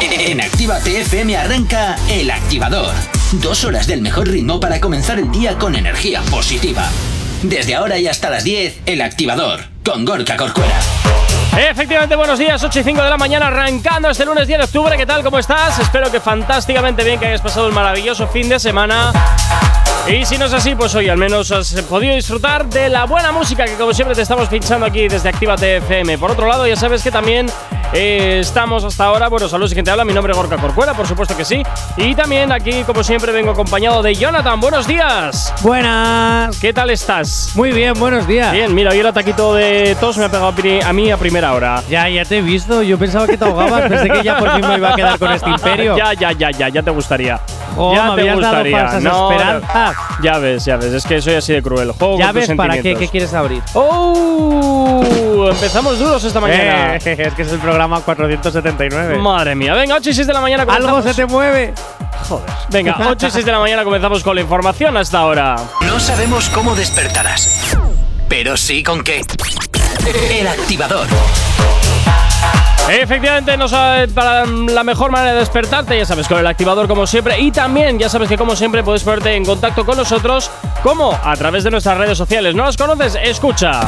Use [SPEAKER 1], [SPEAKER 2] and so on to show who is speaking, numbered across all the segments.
[SPEAKER 1] En Activa TFM arranca El Activador. Dos horas del mejor ritmo para comenzar el día con energía positiva. Desde ahora y hasta las 10, El Activador, con Gorka Corcuera.
[SPEAKER 2] Efectivamente, buenos días, 8 y 5 de la mañana, arrancando este lunes 10 de octubre. ¿Qué tal? ¿Cómo estás? Espero que fantásticamente bien, que hayas pasado un maravilloso fin de semana. Y si no es así, pues hoy al menos has podido disfrutar de la buena música que como siempre te estamos pinchando aquí desde Activa FM. Por otro lado, ya sabes que también eh, estamos hasta ahora, bueno, saludos y quien te habla, mi nombre es Gorka Corcuera, por supuesto que sí. Y también aquí, como siempre, vengo acompañado de Jonathan. Buenos días.
[SPEAKER 3] Buenas.
[SPEAKER 2] ¿Qué tal estás?
[SPEAKER 3] Muy bien, buenos días.
[SPEAKER 2] Bien, mira, hoy el ataquito de tos me ha pegado a pri- a mí a primera hora.
[SPEAKER 3] Ya, ya te he visto. Yo pensaba que te ahogabas. Pensé que ya por fin me iba a quedar con este imperio.
[SPEAKER 2] ya, ya, ya, ya, ya te gustaría.
[SPEAKER 3] Oh,
[SPEAKER 2] ya
[SPEAKER 3] me habías dado falsas esperanzas.
[SPEAKER 2] no. Ya ves, ya ves, es que soy así de cruel. Juego
[SPEAKER 3] ya
[SPEAKER 2] con tus
[SPEAKER 3] ves para qué,
[SPEAKER 2] sentimientos.
[SPEAKER 3] qué quieres abrir.
[SPEAKER 2] ¡Oh! Empezamos duros esta mañana.
[SPEAKER 3] Eh, es que es el programa 479.
[SPEAKER 2] Madre mía, venga, 8 y 6 de la mañana comenzamos.
[SPEAKER 3] Algo se te mueve.
[SPEAKER 2] Venga, 8 y 6 de la mañana comenzamos con la información hasta ahora.
[SPEAKER 1] No sabemos cómo despertarás, pero sí con qué. El Activador.
[SPEAKER 2] Efectivamente, nos ha- para la mejor manera de despertarte, ya sabes, con el activador como siempre. Y también, ya sabes que como siempre puedes ponerte en contacto con nosotros, como a través de nuestras redes sociales. ¿No las conoces? Escucha.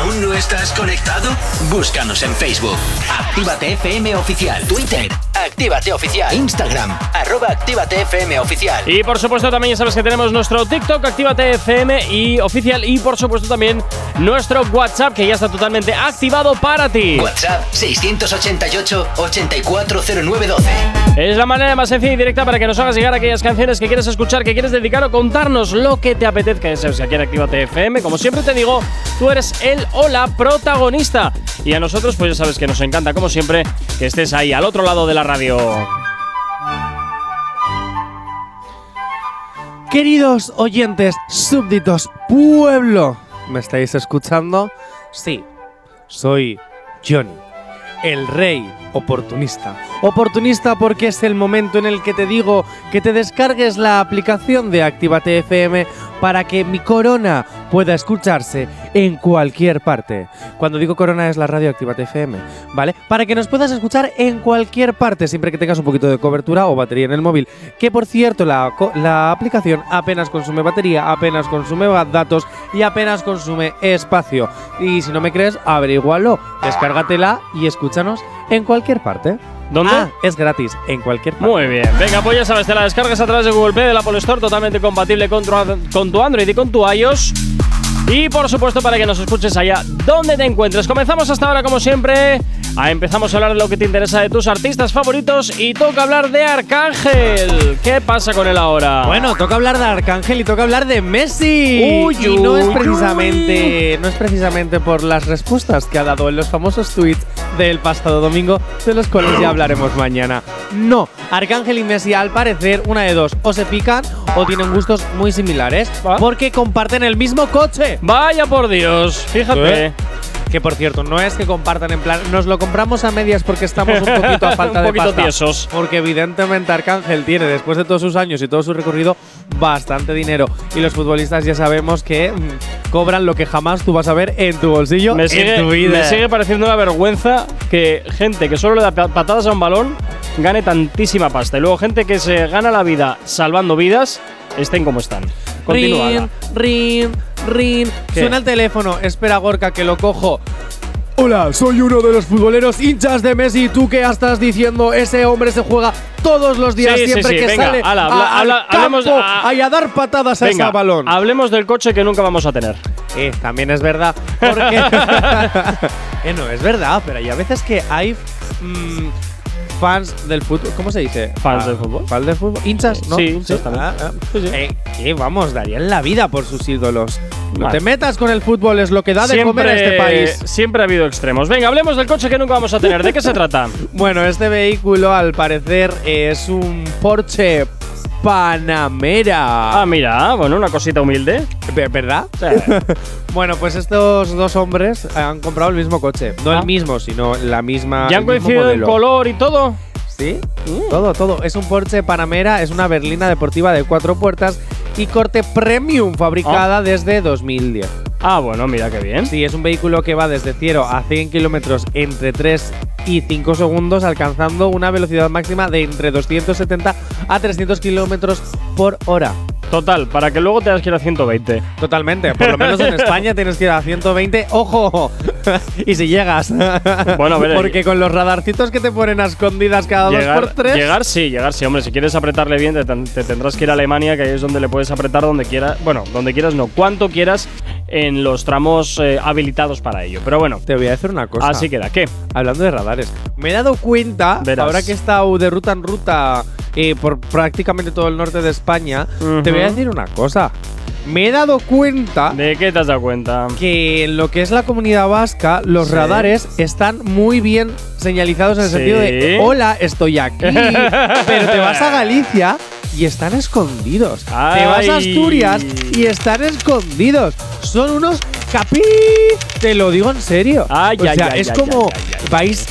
[SPEAKER 1] ¿Aún no estás conectado? Búscanos en Facebook. Actívate FM Oficial. Twitter. Actívate Oficial. Instagram. Arroba Actívate FM Oficial.
[SPEAKER 2] Y por supuesto también ya sabes que tenemos nuestro TikTok, Actívate FM y oficial. Y por supuesto también nuestro WhatsApp que ya está totalmente activado para ti.
[SPEAKER 1] WhatsApp 688 840912.
[SPEAKER 2] Es la manera más sencilla y directa para que nos hagas llegar aquellas canciones que quieres escuchar, que quieres dedicar o contarnos lo que te apetezca. Ya sabes que aquí en Actívate FM, como siempre te digo, tú eres el o la protagonista. Y a nosotros, pues ya sabes que nos encanta, como siempre, que estés ahí al otro lado de la radio.
[SPEAKER 3] Queridos oyentes, súbditos, pueblo, ¿me estáis escuchando? Sí, soy Johnny, el rey oportunista. Oportunista porque es el momento en el que te digo que te descargues la aplicación de Actívate FM para que mi corona pueda escucharse en cualquier parte. Cuando digo corona es la radio Actívate FM, ¿vale? Para que nos puedas escuchar en cualquier parte, siempre que tengas un poquito de cobertura o batería en el móvil. Que por cierto, la, co- la aplicación apenas consume batería, apenas consume ba- datos y apenas consume espacio. Y si no me crees, averígualo, descárgatela y escúchanos en cualquier parte.
[SPEAKER 2] ¿Dónde?
[SPEAKER 3] Ah, es gratis, en cualquier parte.
[SPEAKER 2] Muy bien, venga, pues ya sabes, te la descargas a través de Google Play, de la Apple Store, totalmente compatible con tu, con tu Android y con tu iOS. Y por supuesto, para que nos escuches allá donde te encuentres. Comenzamos hasta ahora, como siempre. Ah, empezamos a hablar de lo que te interesa de tus artistas favoritos y toca hablar de Arcángel. ¿Qué pasa con él ahora?
[SPEAKER 3] Bueno, toca hablar de Arcángel y toca hablar de Messi.
[SPEAKER 2] Uy,
[SPEAKER 3] y no es
[SPEAKER 2] uy,
[SPEAKER 3] precisamente, no es precisamente por las respuestas que ha dado en los famosos tweets del pasado domingo, de los cuales ya hablaremos mañana. No, Arcángel y Messi al parecer una de dos, o se pican o tienen gustos muy similares,
[SPEAKER 2] Ah.
[SPEAKER 3] porque comparten el mismo coche.
[SPEAKER 2] Vaya por Dios, fíjate.
[SPEAKER 3] ¿Eh? Que por cierto, no es que compartan en plan, nos lo compramos a medias porque estamos un poquito a falta
[SPEAKER 2] Un
[SPEAKER 3] de
[SPEAKER 2] poquito
[SPEAKER 3] pasta.
[SPEAKER 2] tiesos.
[SPEAKER 3] Porque evidentemente Arcángel tiene, después de todos sus años y todo su recorrido, bastante dinero. Y los futbolistas ya sabemos que mm, cobran lo que jamás tú vas a ver en tu bolsillo
[SPEAKER 2] Me
[SPEAKER 3] en
[SPEAKER 2] sigue,
[SPEAKER 3] tu vida.
[SPEAKER 2] me sigue pareciendo una vergüenza que gente que solo le da pa- patadas a un balón gane tantísima pasta. Y luego gente que se gana la vida salvando vidas estén como están. Continúa.
[SPEAKER 3] Rin,
[SPEAKER 2] Ada.
[SPEAKER 3] rin, rin.
[SPEAKER 2] ¿Qué?
[SPEAKER 3] Suena el teléfono. Espera, Gorka, que lo cojo. Hola, soy uno de los futboleros hinchas de Messi. ¿Tú qué estás diciendo? Ese hombre se juega todos los días,
[SPEAKER 2] Sí, sí,
[SPEAKER 3] siempre
[SPEAKER 2] sí,
[SPEAKER 3] que
[SPEAKER 2] venga,
[SPEAKER 3] sale
[SPEAKER 2] ala,
[SPEAKER 3] a-
[SPEAKER 2] habla-
[SPEAKER 3] al
[SPEAKER 2] habla- hablemos-
[SPEAKER 3] campo
[SPEAKER 2] a-
[SPEAKER 3] ahí a dar patadas a
[SPEAKER 2] Venga,
[SPEAKER 3] ese balón.
[SPEAKER 2] hablemos del coche que nunca vamos a tener.
[SPEAKER 3] Eh, también es verdad. Porque Eh, no, es verdad, pero hay a veces que hay mm, fans del fútbol. ¿Cómo se dice? Ah,
[SPEAKER 2] ¿Fans del fútbol?
[SPEAKER 3] ¿Fans del fútbol? ¿Hinchas? ¿no?
[SPEAKER 2] Sí, hinchas también. Ah, Sí, sí.
[SPEAKER 3] Eh, que, vamos, darían la vida por sus ídolos. No
[SPEAKER 2] Vale.
[SPEAKER 3] te metas con el fútbol, es lo que da de comer a este país.
[SPEAKER 2] Siempre ha habido extremos. Venga, hablemos del coche que nunca vamos a tener. ¿De qué se trata?
[SPEAKER 3] Bueno, este vehículo al parecer es un Porsche Panamera.
[SPEAKER 2] Ah, mira, bueno, una cosita humilde.
[SPEAKER 3] Ve- ¿Verdad?
[SPEAKER 2] Sí.
[SPEAKER 3] Bueno, pues estos dos hombres han comprado el mismo coche. No
[SPEAKER 2] Ah.
[SPEAKER 3] el mismo, sino la misma.
[SPEAKER 2] ¿Ya
[SPEAKER 3] Ah,
[SPEAKER 2] han
[SPEAKER 3] el mismo
[SPEAKER 2] coincidido en
[SPEAKER 3] modelo.
[SPEAKER 2] color y todo?
[SPEAKER 3] Sí, todo, todo. Es un Porsche Panamera, es una berlina deportiva de cuatro puertas y corte premium fabricada desde 2010.
[SPEAKER 2] Ah, bueno, mira qué bien.
[SPEAKER 3] Sí, es un vehículo que va desde 0 a 100 kilómetros entre 3 y 5 segundos, alcanzando una velocidad máxima de entre 270 a 300 kilómetros por hora.
[SPEAKER 2] Total, para que luego tengas que ir a 120.
[SPEAKER 3] Totalmente, por lo menos en España tienes que ir a 120, ojo, y si llegas.
[SPEAKER 2] Bueno, a ver, eh,
[SPEAKER 3] Porque con los radarcitos que te ponen a escondidas cada dos por tres.
[SPEAKER 2] llegar sí, llegar sí, hombre. Si quieres apretarle bien, te, ten- te tendrás que ir a Alemania, que ahí es donde le puedes apretar donde quieras. Bueno, donde quieras no, cuanto quieras en los tramos eh, habilitados para ello. Pero bueno,
[SPEAKER 3] Te voy a decir una cosa.
[SPEAKER 2] así queda. ¿Qué?
[SPEAKER 3] Hablando de radares, me he dado cuenta,
[SPEAKER 2] Verás.
[SPEAKER 3] ahora que he estado de ruta en ruta eh, por prácticamente todo el norte de España,
[SPEAKER 2] Ujú.
[SPEAKER 3] te voy a decir una cosa. Me he dado cuenta
[SPEAKER 2] ¿De qué te has dado cuenta?
[SPEAKER 3] que en lo que es la comunidad vasca, los
[SPEAKER 2] Sí.
[SPEAKER 3] radares están muy bien señalizados en el
[SPEAKER 2] Sí.
[SPEAKER 3] sentido de: Hola, estoy aquí. pero te vas a Galicia y están escondidos. Te vas a
[SPEAKER 2] Ay.
[SPEAKER 3] Asturias y están escondidos. Son unos capí. Te lo digo en serio.
[SPEAKER 2] Ay,
[SPEAKER 3] o
[SPEAKER 2] ay,
[SPEAKER 3] sea,
[SPEAKER 2] ay,
[SPEAKER 3] es
[SPEAKER 2] ay,
[SPEAKER 3] como
[SPEAKER 2] ay, ay, ay.
[SPEAKER 3] vais.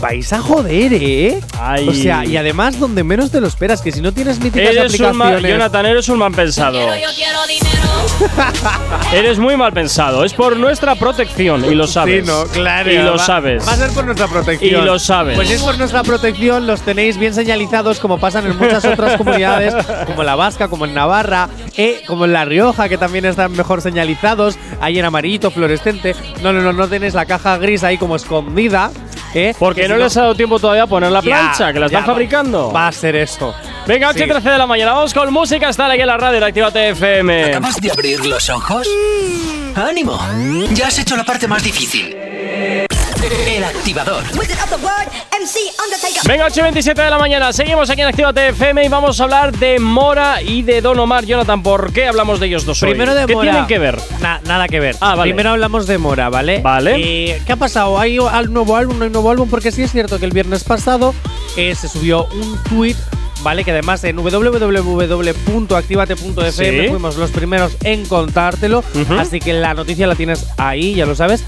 [SPEAKER 3] Vais a joder, ¿eh?
[SPEAKER 2] Ay.
[SPEAKER 3] O sea, y además donde menos te lo esperas, que si no tienes míticas
[SPEAKER 2] Eres un mal,
[SPEAKER 3] aplicaciones…
[SPEAKER 2] Jonathan, eres un mal pensado.
[SPEAKER 4] Quiero, yo quiero dinero.
[SPEAKER 2] Eres muy mal pensado. Es por nuestra protección y lo sabes.
[SPEAKER 3] Sí, no, claro.
[SPEAKER 2] Y lo
[SPEAKER 3] va-
[SPEAKER 2] sabes.
[SPEAKER 3] Va a ser por nuestra protección.
[SPEAKER 2] Y lo sabes.
[SPEAKER 3] Pues es por nuestra protección, los tenéis bien señalizados, como pasan en muchas otras comunidades, como la Vasca, como en Navarra, eh, como en La Rioja, que también están mejor señalizados, ahí en amarillito, fluorescente. No, no, no, no tenéis la caja gris ahí como escondida. ¿eh?
[SPEAKER 2] Porque
[SPEAKER 3] Que
[SPEAKER 2] no
[SPEAKER 3] si
[SPEAKER 2] les ha dado tiempo todavía a poner la
[SPEAKER 3] Ya,
[SPEAKER 2] plancha, que la están
[SPEAKER 3] ya,
[SPEAKER 2] fabricando.
[SPEAKER 3] Va a ser eso.
[SPEAKER 2] Venga, 8
[SPEAKER 3] Sí.
[SPEAKER 2] y 13 de la mañana. Vamos con música. Estar aquí en la radio de Actívate FM.
[SPEAKER 1] ¿Acabas de abrir los ojos? ¡Ánimo! Ya has hecho la parte más difícil. El activador.
[SPEAKER 5] Wizard of the Word, MC Undertaker.
[SPEAKER 2] Venga, 8 y 27 de la mañana. Seguimos aquí en Actívate FM y vamos a hablar de Mora y de Don Omar. Jonathan, ¿por qué hablamos de ellos dos hoy?
[SPEAKER 3] Primero de
[SPEAKER 2] ¿Qué
[SPEAKER 3] Mora.
[SPEAKER 2] tienen que ver?
[SPEAKER 3] Na- nada que ver.
[SPEAKER 2] Ah, vale.
[SPEAKER 3] Primero hablamos de Mora, ¿vale?
[SPEAKER 2] Vale.
[SPEAKER 3] Eh, ¿Qué ha pasado? ¿Hay o- al nuevo álbum? ¿No hay nuevo álbum? Porque sí es cierto que el viernes pasado eh, se subió un tweet, ¿vale? Que además en www.activate.fm
[SPEAKER 2] Sí.
[SPEAKER 3] fuimos los primeros en contártelo.
[SPEAKER 2] Ujú.
[SPEAKER 3] Así que la noticia la tienes ahí, ya lo sabes.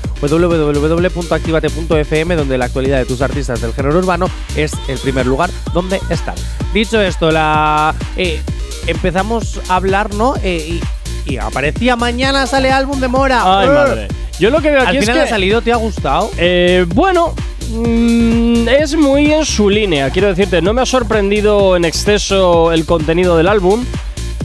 [SPEAKER 3] www.activate.fm, donde la actualidad de tus artistas del género urbano es el primer lugar donde están. Dicho esto, la. eh, empezamos a hablar, ¿no? Eh, y, y aparecía mañana sale álbum de Mora.
[SPEAKER 2] Ay,
[SPEAKER 3] Eh.
[SPEAKER 2] madre. Yo lo que veo aquí
[SPEAKER 3] Al
[SPEAKER 2] es
[SPEAKER 3] final
[SPEAKER 2] que.
[SPEAKER 3] ha salido, ¿te ha gustado?
[SPEAKER 2] Eh, bueno, mm, es muy en su línea, quiero decirte, no me ha sorprendido en exceso el contenido del álbum.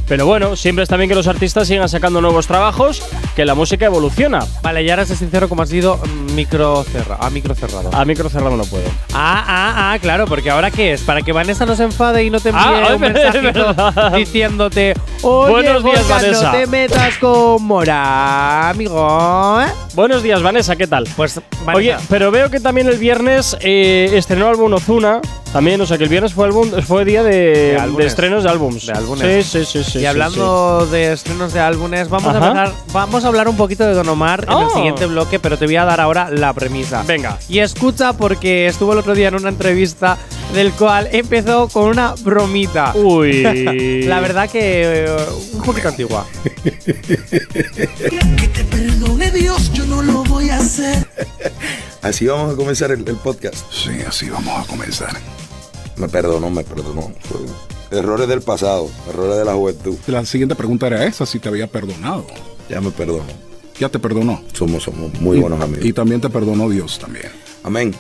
[SPEAKER 2] Pero bueno, siempre es también que los artistas sigan sacando nuevos trabajos, que la música evoluciona.
[SPEAKER 3] Vale, y ahora sé sincero como ha sido mm, micro cerra a micro cerrado. Ah,
[SPEAKER 2] A micro cerrado no puedo.
[SPEAKER 3] ah, ah, claro, porque ahora qué es? Para que Vanessa no se enfade y no te envíe
[SPEAKER 2] Ah, es
[SPEAKER 3] un
[SPEAKER 2] verdad, es
[SPEAKER 3] mensajito
[SPEAKER 2] verdad.
[SPEAKER 3] diciéndote Oye,
[SPEAKER 2] Buenos días,
[SPEAKER 3] Gorka,
[SPEAKER 2] Vanessa".
[SPEAKER 3] no te metas con Mora, amigo. ¿eh?
[SPEAKER 2] Buenos días, Vanessa, ¿qué tal?
[SPEAKER 3] Pues, Vanessa,
[SPEAKER 2] Oye, pero veo que también el viernes eh, estrenó álbum Ozuna. También, o sea que el viernes fue, álbum, fue día de,
[SPEAKER 3] álbumes.
[SPEAKER 2] de estrenos de álbums.
[SPEAKER 3] De álbumes.
[SPEAKER 2] Sí, sí, sí. sí,
[SPEAKER 3] y
[SPEAKER 2] sí,
[SPEAKER 3] hablando de estrenos de álbumes, vamos a,
[SPEAKER 2] Ajá.
[SPEAKER 3] hablar, vamos a hablar un poquito de Don Omar en el
[SPEAKER 2] Oh.
[SPEAKER 3] siguiente bloque, pero te voy a dar ahora la premisa.
[SPEAKER 2] sí. Venga.
[SPEAKER 3] Y escucha porque estuvo el otro día en una entrevista del cual empezó con una bromita.
[SPEAKER 2] Uy.
[SPEAKER 3] La verdad que eh, un poquito antigua.
[SPEAKER 6] Que te perdone Dios, yo no lo voy a hacer.
[SPEAKER 7] Así vamos a comenzar el, el podcast.
[SPEAKER 8] Sí, así vamos a comenzar.
[SPEAKER 7] Me perdonó, me perdonó. Fue- Errores del pasado, errores de la juventud.
[SPEAKER 8] La siguiente pregunta era esa, si te había perdonado.
[SPEAKER 7] Ya me perdonó.
[SPEAKER 8] Ya te perdonó.
[SPEAKER 7] Somos, somos muy buenos amigos.
[SPEAKER 8] Y también te perdonó Dios también.
[SPEAKER 7] Amén.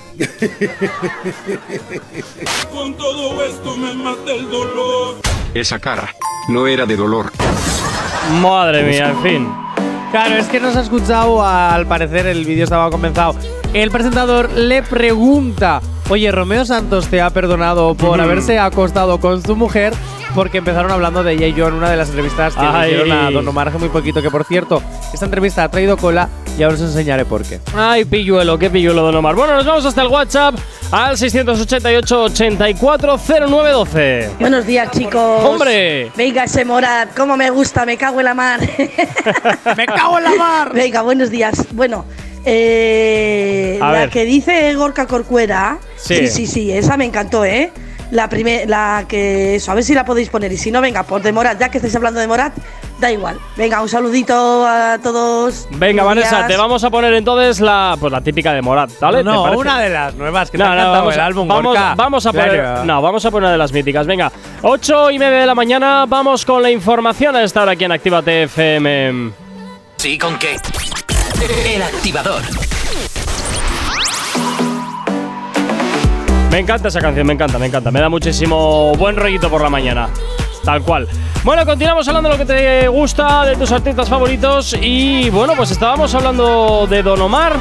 [SPEAKER 9] Con todo esto me mata el dolor.
[SPEAKER 10] Esa cara no era de dolor.
[SPEAKER 2] Madre mía, en fin.
[SPEAKER 3] Claro, es que no se ha escuchado, al parecer el vídeo estaba comenzado. El presentador le pregunta, oye, Romeo Santos te ha perdonado por haberse acostado con su mujer, porque empezaron hablando de ella y yo en una de las entrevistas que le
[SPEAKER 2] Ay.
[SPEAKER 3] hicieron a Don Omar hace muy poquito, que por cierto, esta entrevista ha traído cola y ahora os enseñaré por qué.
[SPEAKER 2] Ay, pilluelo, qué pilluelo, Don Omar. Bueno, nos vamos hasta el WhatsApp al 688-840912.
[SPEAKER 11] Buenos días, chicos.
[SPEAKER 2] ¡Hombre!
[SPEAKER 11] Venga, ese morad, cómo me gusta, me cago en la mar.
[SPEAKER 3] ¡Me cago en la mar!
[SPEAKER 11] Venga, buenos días. Bueno, eh,
[SPEAKER 2] A
[SPEAKER 11] la
[SPEAKER 2] ver.
[SPEAKER 11] que dice Gorka Corcuera.
[SPEAKER 2] Sí.
[SPEAKER 11] sí, sí, sí, esa me encantó, ¿eh? La primera, la que eso, a ver si la podéis poner. Y si no, venga, por de Morat, ya que estáis hablando de Morat, da igual. Venga, un saludito a todos.
[SPEAKER 2] Venga,
[SPEAKER 11] Buenos
[SPEAKER 2] Vanessa,
[SPEAKER 11] días.
[SPEAKER 2] te vamos a poner entonces la, pues, la típica de Morat, ¿vale? ¿Te
[SPEAKER 3] No,
[SPEAKER 2] parece?
[SPEAKER 3] una de las nuevas que te
[SPEAKER 2] No,
[SPEAKER 3] ha
[SPEAKER 2] no,
[SPEAKER 3] encantado
[SPEAKER 2] vamos,
[SPEAKER 3] el álbum,
[SPEAKER 2] vamos,
[SPEAKER 3] Gorka.
[SPEAKER 2] vamos a poner,
[SPEAKER 3] Claro.
[SPEAKER 2] no, vamos a poner una de las míticas. Venga, 8 y media de la mañana, vamos con la información a esta hora aquí en Actívate FM.
[SPEAKER 1] ¿Sí con qué? El activador.
[SPEAKER 2] Me encanta esa canción, me encanta, me encanta. Me da muchísimo buen rollito por la mañana. Tal cual. Bueno, continuamos hablando de lo que te gusta, de tus artistas favoritos. Y bueno, pues estábamos hablando de Don Omar.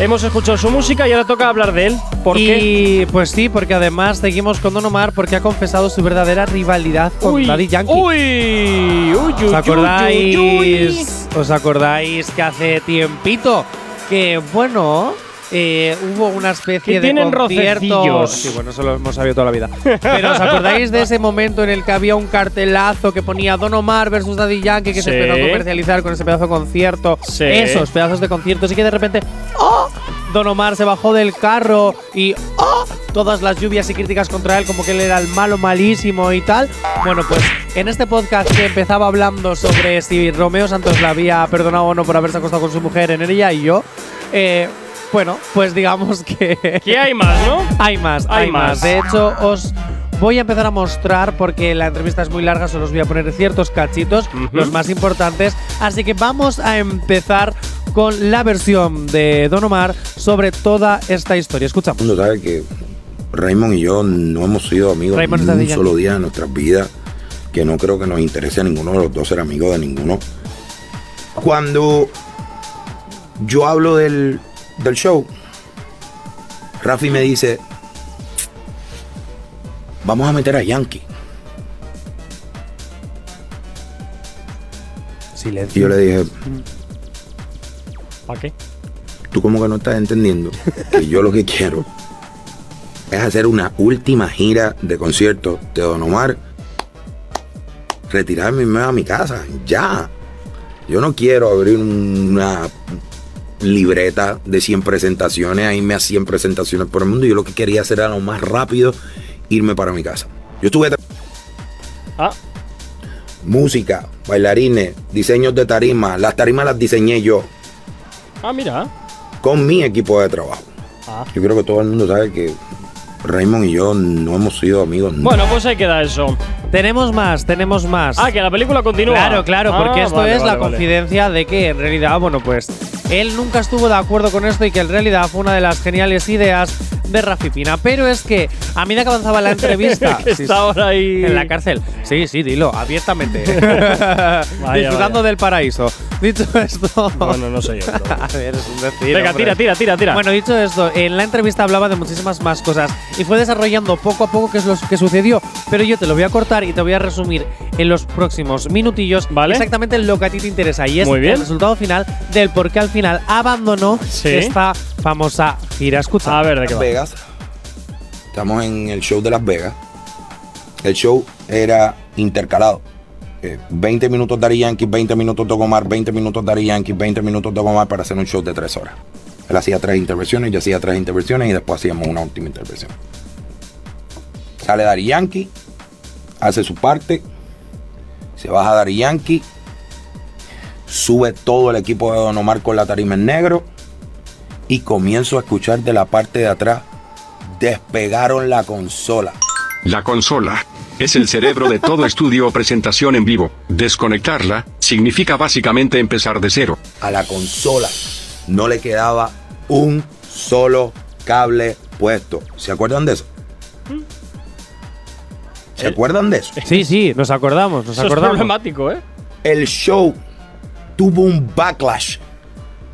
[SPEAKER 2] Hemos escuchado su música y ahora toca hablar de él. ¿Por
[SPEAKER 3] y
[SPEAKER 2] qué?
[SPEAKER 3] pues sí, porque además seguimos con Don Omar porque ha confesado su verdadera rivalidad con
[SPEAKER 2] Uy,
[SPEAKER 3] Daddy Yankee.
[SPEAKER 2] Uy, uy, uy, uy,
[SPEAKER 3] ¿Os acordáis?
[SPEAKER 2] uy, uy.
[SPEAKER 3] ¿Os acordáis que hace tiempito que, bueno, eh, hubo una especie
[SPEAKER 2] Que
[SPEAKER 3] de
[SPEAKER 2] tienen
[SPEAKER 3] concierto.
[SPEAKER 2] rocecillos.
[SPEAKER 3] Sí, bueno, eso lo hemos sabido toda la vida. Pero ¿os acordáis de ese momento en el que había un cartelazo que ponía Don Omar versus Daddy Yankee que se
[SPEAKER 2] Sí.
[SPEAKER 3] empezó a comercializar con ese pedazo de concierto?
[SPEAKER 2] Sí.
[SPEAKER 3] Esos pedazos de conciertos y que de repente ¡oh! Don Omar se bajó del carro y ¡oh! todas las lluvias y críticas contra él, como que él era el malo malísimo y tal. Bueno, pues en este podcast que empezaba hablando sobre si Romeo Santos la había perdonado o no por haberse acostado con su mujer en ella y yo, eh, bueno, pues digamos que
[SPEAKER 2] ¿Qué hay más, no?
[SPEAKER 3] hay más,
[SPEAKER 2] Hay
[SPEAKER 3] hay, más.
[SPEAKER 2] más.
[SPEAKER 3] De hecho, os voy a empezar a mostrar porque la entrevista es muy larga, solo os voy a poner ciertos cachitos,
[SPEAKER 2] Ujú.
[SPEAKER 3] los más importantes. Así que vamos a empezar con la versión de Don Omar sobre toda esta historia. Escuchamos.
[SPEAKER 7] mundo sabe que Raymond y yo no hemos sido amigos
[SPEAKER 3] Raymond
[SPEAKER 7] ni
[SPEAKER 3] está
[SPEAKER 7] un
[SPEAKER 3] brillante.
[SPEAKER 7] solo día de nuestras vidas, que no creo que nos interese a ninguno de los dos ser amigos de ninguno. Cuando yo hablo del, del show, Rafi me dice, vamos a meter a Yankee. Y
[SPEAKER 3] Silencio.
[SPEAKER 7] yo le dije,
[SPEAKER 2] ¿Para qué?
[SPEAKER 7] tú como que no estás entendiendo que yo lo que quiero es hacer una última gira de conciertos de Don Omar, retirarme y me voy a mi casa, ya. Yo no quiero abrir una libreta de 100 presentaciones, a irme a 100 presentaciones por el mundo. Yo lo que quería hacer era lo más rápido, irme para mi casa. Yo estuve tra-
[SPEAKER 2] Ah,
[SPEAKER 7] música, bailarines, diseños de tarimas. Las tarimas las diseñé yo
[SPEAKER 2] ah mira.
[SPEAKER 7] con mi equipo de trabajo.
[SPEAKER 2] Ah.
[SPEAKER 7] Yo creo que todo el mundo sabe que Raymond y yo no hemos sido amigos. nunca.
[SPEAKER 2] Bueno, pues ahí queda eso.
[SPEAKER 3] Tenemos más, tenemos más.
[SPEAKER 2] Ah, que la película continúa.
[SPEAKER 3] Claro, claro, porque
[SPEAKER 2] Ah,
[SPEAKER 3] esto
[SPEAKER 2] vale,
[SPEAKER 3] es
[SPEAKER 2] vale,
[SPEAKER 3] la
[SPEAKER 2] vale.
[SPEAKER 3] confidencia de que en realidad, bueno, pues él nunca estuvo de acuerdo con esto y que en realidad fue una de las geniales ideas de Rafi Pina. Pero es que a medida que avanzaba la entrevista,
[SPEAKER 2] Que
[SPEAKER 3] Sí,
[SPEAKER 2] está
[SPEAKER 3] sí.
[SPEAKER 2] ahora ahí.
[SPEAKER 3] En la cárcel. Sí, sí, dilo, abiertamente.
[SPEAKER 2] vaya.
[SPEAKER 3] Disfrutando del paraíso. Dicho esto.
[SPEAKER 2] Bueno, no sé yo. pero bueno.
[SPEAKER 3] A ver, es un decir,
[SPEAKER 2] Venga,
[SPEAKER 3] hombre.
[SPEAKER 2] tira, tira, tira, tira.
[SPEAKER 3] Bueno, dicho esto, en la entrevista hablaba de muchísimas más cosas y fue desarrollando poco a poco qué es lo que sucedió, pero yo te lo voy a cortar y te voy a resumir en los próximos minutillos
[SPEAKER 2] Vale.
[SPEAKER 3] exactamente lo que a ti te interesa y es
[SPEAKER 2] Muy bien.
[SPEAKER 3] el resultado final del por qué al final abandonó
[SPEAKER 2] Sí.
[SPEAKER 3] esta famosa gira. Escucha.
[SPEAKER 2] a ver, ¿de qué
[SPEAKER 7] Las
[SPEAKER 2] va?
[SPEAKER 7] Vegas. Estamos en el show de Las Vegas. El show era intercalado. Eh, 20 minutos Dari Yankee, 20 minutos de Omar, 20 minutos Dari Yankee, 20 minutos de Omar para hacer un show de 3 horas. Él hacía tres intervenciones, yo hacía tres intervenciones y después hacíamos una última intervención. Sale Dari Yankee, hace su parte, se baja Dari Yankee, sube todo el equipo de Don Omar con la tarima en negro y comienzo a escuchar de la parte de atrás. Despegaron la consola.
[SPEAKER 10] La consola. Es el cerebro de todo estudio o presentación en vivo. Desconectarla significa básicamente empezar de cero.
[SPEAKER 7] A la consola no le quedaba un solo cable puesto. ¿Se acuerdan de eso? ¿Se acuerdan de eso?
[SPEAKER 3] Sí, sí, nos acordamos, nos
[SPEAKER 2] Eso es
[SPEAKER 3] acordamos.
[SPEAKER 2] problemático, ¿eh?
[SPEAKER 7] El show tuvo un backlash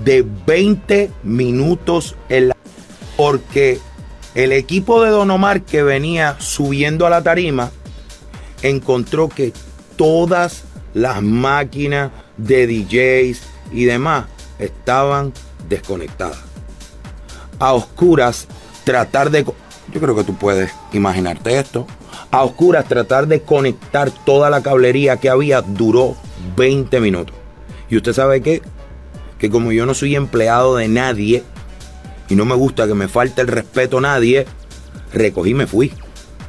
[SPEAKER 7] de 20 minutos en la- porque el equipo de Don Omar que venía subiendo a la tarima encontró que todas las máquinas de DJs y demás estaban desconectadas. A oscuras tratar de... co- Yo creo que tú puedes imaginarte esto. A oscuras tratar de conectar toda la cablería que había duró 20 minutos. Y usted sabe qué? Que como yo no soy empleado de nadie y no me gusta que me falte el respeto a nadie, recogí y me fui.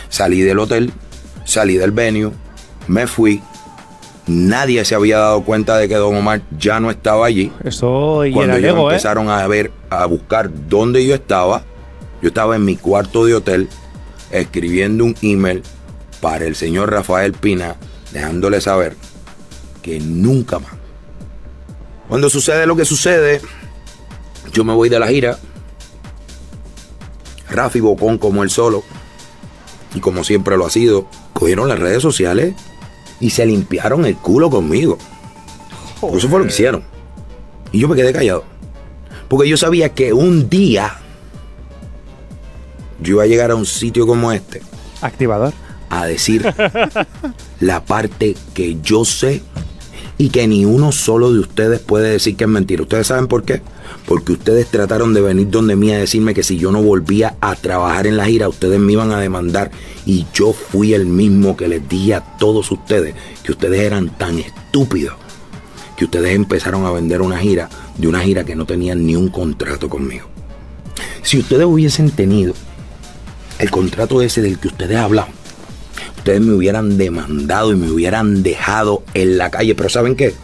[SPEAKER 7] Salí del hotel, salí del venue, me fui. Nadie se había dado cuenta de que Don Omar ya no estaba allí.
[SPEAKER 3] Eso y
[SPEAKER 7] Cuando
[SPEAKER 3] era
[SPEAKER 7] ellos
[SPEAKER 3] Lego, ¿eh?
[SPEAKER 7] empezaron a ver, a buscar dónde yo estaba, yo estaba en mi cuarto de hotel escribiendo un email para el señor Rafael Pina, dejándole saber que nunca más. Cuando sucede lo que sucede, yo me voy de la gira. Rafi Bocón como él solo, y como siempre lo ha sido, cogieron las redes sociales y se limpiaron el culo conmigo. Eso fue lo que hicieron. Y yo me quedé callado. Porque yo sabía que un día yo iba a llegar a un sitio como este
[SPEAKER 3] Activador.
[SPEAKER 7] a decir la parte que yo sé y que ni uno solo de ustedes puede decir que es mentira. ¿Ustedes saben por qué? Porque ustedes trataron de venir donde mí a decirme que si yo no volvía a trabajar en la gira, ustedes me iban a demandar. Y yo fui el mismo que les dije a todos ustedes que ustedes eran tan estúpidos que ustedes empezaron a vender una gira de una gira que no tenían ni un contrato conmigo. Si ustedes hubiesen tenido el contrato ese del que ustedes hablan, ustedes me hubieran demandado y me hubieran dejado en la calle. Pero ¿saben qué?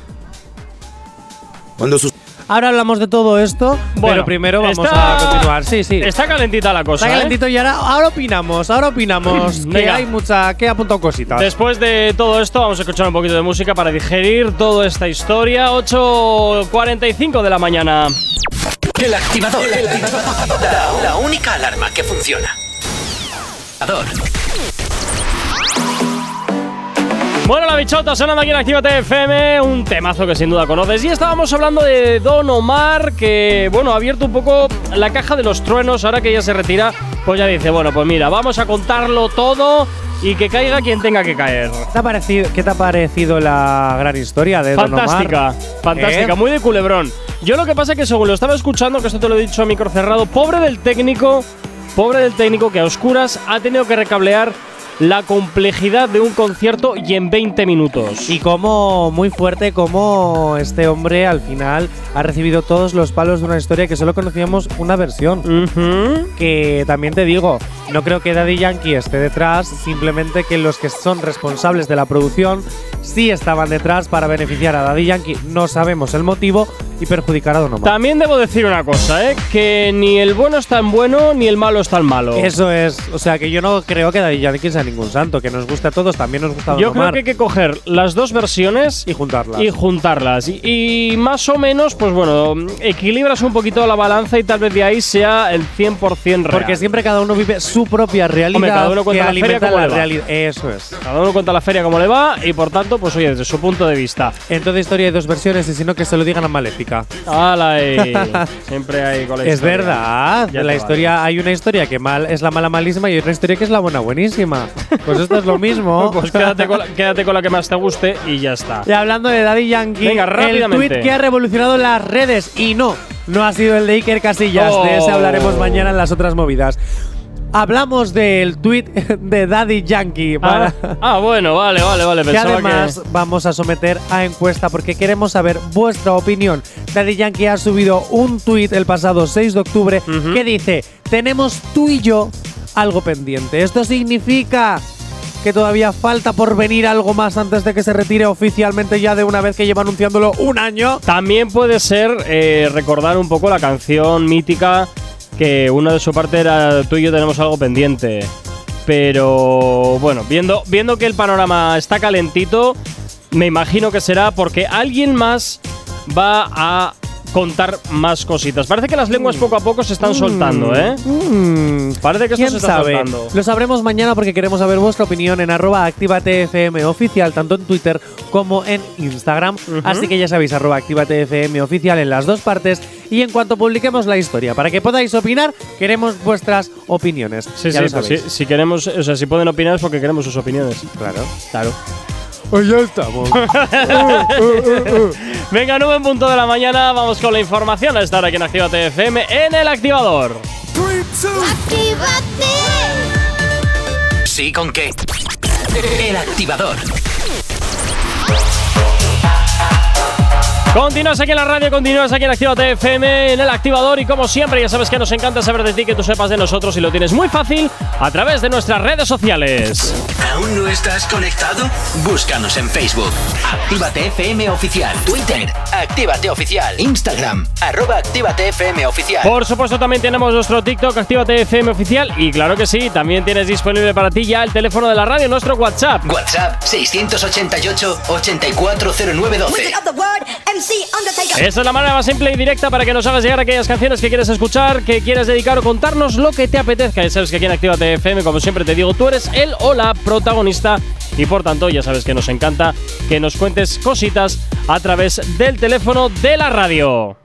[SPEAKER 7] Cuando sus...
[SPEAKER 3] Ahora hablamos de todo esto, pero primero vamos
[SPEAKER 2] está-
[SPEAKER 3] a continuar. Sí, sí.
[SPEAKER 2] Está calentita la cosa.
[SPEAKER 3] Está
[SPEAKER 2] ¿eh?
[SPEAKER 3] calentito y ahora, ahora opinamos, ahora opinamos. que
[SPEAKER 2] Venga.
[SPEAKER 3] hay mucha. que ha apuntado cositas.
[SPEAKER 2] Después de todo esto, vamos a escuchar un poquito de música para digerir toda esta historia. 8.45 de la mañana.
[SPEAKER 1] El activador. La, la única alarma que funciona. Activador.
[SPEAKER 2] Bueno, la bichota sonando aquí en Actívate FM, un temazo que sin duda conoces. Y estábamos hablando de Don Omar, que, bueno, ha abierto un poco la caja de los truenos. Ahora que ya se retira, pues ya dice, bueno, pues mira, vamos a contarlo todo y que caiga quien tenga que caer.
[SPEAKER 3] ¿Qué te ha parecido, qué te ha parecido la gran historia de Eh, Don
[SPEAKER 2] Fantástica,
[SPEAKER 3] Omar?
[SPEAKER 2] fantástica,
[SPEAKER 3] ¿Eh?
[SPEAKER 2] muy de culebrón. Yo lo que pasa es que según lo estaba escuchando, que esto te lo he dicho a micro cerrado, pobre del técnico, pobre del técnico que a oscuras ha tenido que recablear la complejidad de un concierto y en 20 minutos.
[SPEAKER 3] Y como muy fuerte, como este hombre al final ha recibido todos los palos de una historia que solo conocíamos una versión. Que también te digo, no creo que Daddy Yankee esté detrás, simplemente que los que son responsables de la producción sí estaban detrás para beneficiar a Daddy Yankee, no sabemos el motivo, y perjudicar a Don Omar.
[SPEAKER 2] También debo decir una cosa, ¿eh? que ni el bueno es tan bueno ni el malo es tan malo.
[SPEAKER 3] Eso es, o sea que yo no creo que Daddy Yankee sea ningún santo, que nos gusta a todos, también nos gusta a Don
[SPEAKER 2] Yo creo
[SPEAKER 3] Omar.
[SPEAKER 2] que hay que coger las dos versiones
[SPEAKER 3] y juntarlas.
[SPEAKER 2] y juntarlas. Y, y más o menos, pues bueno, equilibras un poquito la balanza y tal vez de ahí sea el 100% real.
[SPEAKER 3] Porque siempre cada uno vive su propia realidad.
[SPEAKER 2] Hombre, cada uno cuenta
[SPEAKER 3] que
[SPEAKER 2] la feria
[SPEAKER 3] alimenta
[SPEAKER 2] como le va.
[SPEAKER 3] realidad. Eso es.
[SPEAKER 2] Cada uno cuenta la feria como le va y por tanto, pues oye, desde su punto de vista.
[SPEAKER 3] En toda historia hay dos versiones y si no que se lo digan a Maléfica.
[SPEAKER 2] ¡Hala! eh! Siempre hay con la
[SPEAKER 3] Es
[SPEAKER 2] historia.
[SPEAKER 3] verdad.
[SPEAKER 2] Ya te
[SPEAKER 3] la
[SPEAKER 2] vale.
[SPEAKER 3] historia hay una historia que mal es la mala malísima y otra historia que es la buena buenísima. Pues esto es lo mismo.
[SPEAKER 2] Pues quédate con, la, quédate con la que más te guste y ya está.
[SPEAKER 3] Y hablando de Daddy Yankee,
[SPEAKER 2] Venga,
[SPEAKER 3] el
[SPEAKER 2] rápidamente.
[SPEAKER 3] tweet que ha revolucionado las redes y no, no ha sido el de Iker Casillas. De ese
[SPEAKER 2] Oh.
[SPEAKER 3] hablaremos mañana en las otras movidas. Hablamos del tweet de Daddy Yankee.
[SPEAKER 2] Ah,
[SPEAKER 3] para-
[SPEAKER 2] ah, bueno, vale, vale, vale.
[SPEAKER 3] que
[SPEAKER 2] Pensaba
[SPEAKER 3] además vamos a someter a encuesta porque queremos saber vuestra opinión. Daddy Yankee ha subido un tuit el pasado 6 de octubre que dice, tenemos tú y yo algo pendiente. Esto significa que todavía falta por venir algo más antes de que se retire oficialmente ya de una vez que lleva anunciándolo un año.
[SPEAKER 2] También puede ser eh, recordar un poco la canción mítica que una de su parte era tú y yo tenemos algo pendiente. Pero bueno, viendo, viendo que el panorama está calentito, me imagino que será porque alguien más va a contar más cositas. Parece que las lenguas poco a poco se están soltando, ¿eh?
[SPEAKER 3] Mm.
[SPEAKER 2] Parece que esto
[SPEAKER 3] ¿Quién
[SPEAKER 2] se está
[SPEAKER 3] sabe?
[SPEAKER 2] soltando.
[SPEAKER 3] Lo sabremos mañana porque queremos saber vuestra opinión en arroba activatefm oficial, tanto en Twitter como en Instagram. Así que ya sabéis, arroba activatefm oficial en las dos partes. Y en cuanto publiquemos la historia, para que podáis opinar, queremos vuestras opiniones.
[SPEAKER 2] Sí,
[SPEAKER 3] Ya
[SPEAKER 2] sí,
[SPEAKER 3] lo
[SPEAKER 2] pues sí,
[SPEAKER 3] sabéis.
[SPEAKER 2] si queremos, o sea, si pueden opinar es porque queremos sus opiniones. Claro, claro.
[SPEAKER 3] Pues ya estamos.
[SPEAKER 2] Venga, nueve en punto de la mañana, vamos con la información a estar aquí en Actívate FM en el activador.
[SPEAKER 1] ¿Sí con qué? El activador.
[SPEAKER 2] Continúas aquí en la radio, continúas aquí en Actívate FM en el activador y como siempre ya sabes que nos encanta saber de ti, que tú sepas de nosotros y lo tienes muy fácil a través de nuestras redes sociales.
[SPEAKER 1] ¿Aún no estás conectado? Búscanos en Facebook. Actívate FM Oficial. Twitter. Actívate Oficial. Instagram. Arroba Actívate FM Oficial.
[SPEAKER 2] Por supuesto también tenemos nuestro TikTok Actívate FM oficial y claro que sí, también tienes disponible para ti ya el teléfono de la radio, nuestro WhatsApp.
[SPEAKER 1] WhatsApp 688
[SPEAKER 5] Music
[SPEAKER 1] 840912.
[SPEAKER 5] of the word,
[SPEAKER 2] Esa es la manera más simple y directa para que nos hagas llegar aquellas canciones que quieres escuchar, que quieres dedicar o contarnos lo que te apetezca. Ya sabes que aquí en Actívate FM, como siempre te digo, tú eres el o la protagonista y por tanto ya sabes que nos encanta que nos cuentes cositas a través del teléfono de la radio.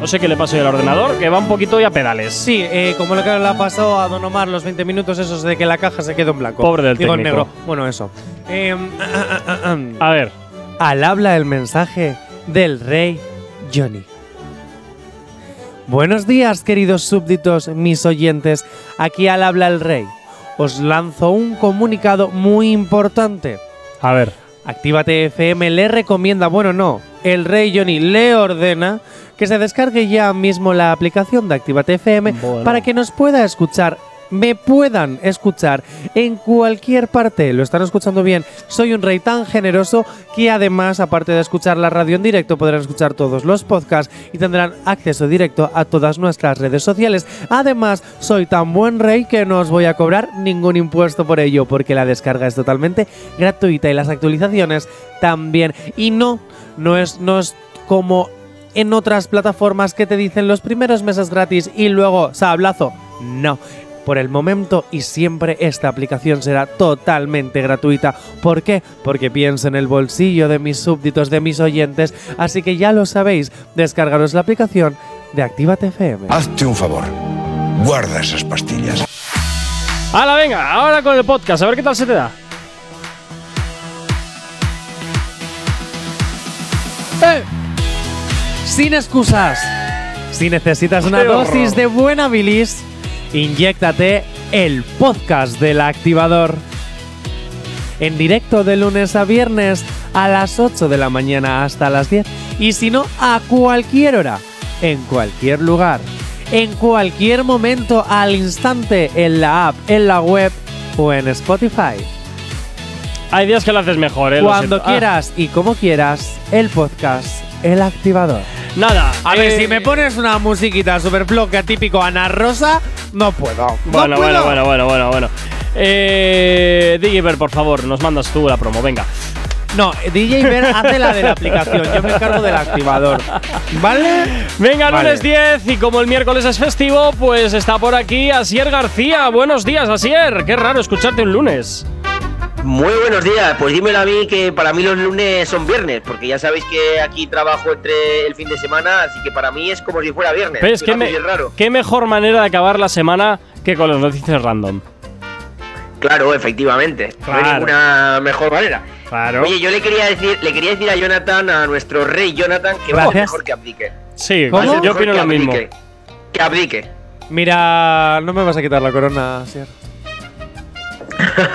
[SPEAKER 2] No sé qué le pasó hoy al ordenador, que va un poquito hoy a pedales.
[SPEAKER 3] Sí, eh, como lo que le ha pasado a Don Omar los 20 minutos esos de que la caja se quedó en blanco.
[SPEAKER 2] Pobre del
[SPEAKER 3] Digo, en
[SPEAKER 2] técnico.
[SPEAKER 3] negro. Bueno, eso. Eh,
[SPEAKER 2] A ver,
[SPEAKER 3] al habla el mensaje del rey Johnny. Buenos días, queridos súbditos, mis oyentes. Aquí al habla el rey. Os lanzo un comunicado muy importante.
[SPEAKER 2] a ver.
[SPEAKER 3] Actívate FM le recomienda, bueno, no, el rey Johnny le ordena que se descargue ya mismo la aplicación de Actívate FM
[SPEAKER 2] Bueno.
[SPEAKER 3] para que nos pueda escuchar, me puedan escuchar en cualquier parte. Lo están escuchando bien. Soy un rey tan generoso que además, aparte de escuchar la radio en directo, podrán escuchar todos los podcasts y tendrán acceso directo a todas nuestras redes sociales. Además, soy tan buen rey que no os voy a cobrar ningún impuesto por ello, porque la descarga es totalmente gratuita y las actualizaciones también. Y no, no es, no es como en otras plataformas que te dicen los primeros meses gratis y luego sablazo. No. Por el momento y siempre esta aplicación será totalmente gratuita. ¿Por qué? Porque pienso en el bolsillo de mis súbditos, de mis oyentes. Así que ya lo sabéis, descargaros la aplicación de Actívate FM.
[SPEAKER 12] Hazte un favor. Guarda esas pastillas.
[SPEAKER 2] ¡Hala, venga! Ahora con el podcast, a ver qué tal se te da. Eh.
[SPEAKER 3] Sin excusas. Si necesitas una
[SPEAKER 2] Qué horror.
[SPEAKER 3] dosis de buena bilis, inyéctate el podcast del activador. En directo de lunes a viernes a las 8 de la mañana hasta las 10. Y si no, a cualquier hora, en cualquier lugar, en cualquier momento, al instante, en la app, en la web o en Spotify.
[SPEAKER 2] Hay días que lo haces mejor, ¿eh? Lo
[SPEAKER 3] Cuando
[SPEAKER 2] siento. Ah,
[SPEAKER 3] quieras y como quieras, el podcast, el activador.
[SPEAKER 2] nada.
[SPEAKER 3] A ver,
[SPEAKER 2] eh,
[SPEAKER 3] si me pones una musiquita super bloque típico Ana Rosa, no puedo. No
[SPEAKER 2] Bueno, bueno,
[SPEAKER 3] puedo.
[SPEAKER 2] bueno, bueno, bueno, bueno. Eh, Digiver, por favor, nos mandas tú la promo, venga.
[SPEAKER 3] No, DJ Ver hace la de la aplicación. Yo me encargo del activador. ¿Vale?
[SPEAKER 2] Venga,
[SPEAKER 3] Vale.
[SPEAKER 2] lunes 10 y como el miércoles es festivo, pues está por aquí Asier García. Buenos días, Asier. Qué raro escucharte un lunes.
[SPEAKER 1] Muy buenos días, pues dímelo a mí que para mí los lunes son viernes, porque ya sabéis que aquí trabajo entre el fin de semana, así que para mí es como si fuera viernes.
[SPEAKER 2] ¿Ves qué,
[SPEAKER 1] Fíjate
[SPEAKER 2] me-
[SPEAKER 1] si es raro.
[SPEAKER 2] qué mejor manera de acabar la semana que con las noticias random?
[SPEAKER 1] Claro, efectivamente. No
[SPEAKER 2] Claro.
[SPEAKER 1] hay ninguna mejor manera.
[SPEAKER 2] Claro.
[SPEAKER 1] Oye, yo le quería decir, le quería decir a Jonathan, a nuestro rey Jonathan, que va a ser
[SPEAKER 3] Gracias.
[SPEAKER 1] mejor que abdique.
[SPEAKER 2] Sí,
[SPEAKER 1] Va a ser
[SPEAKER 2] yo
[SPEAKER 1] mejor
[SPEAKER 2] opino
[SPEAKER 1] que
[SPEAKER 2] lo mismo.
[SPEAKER 1] abdique. Que abdique.
[SPEAKER 3] Mira, no me vas a quitar la corona, Sier.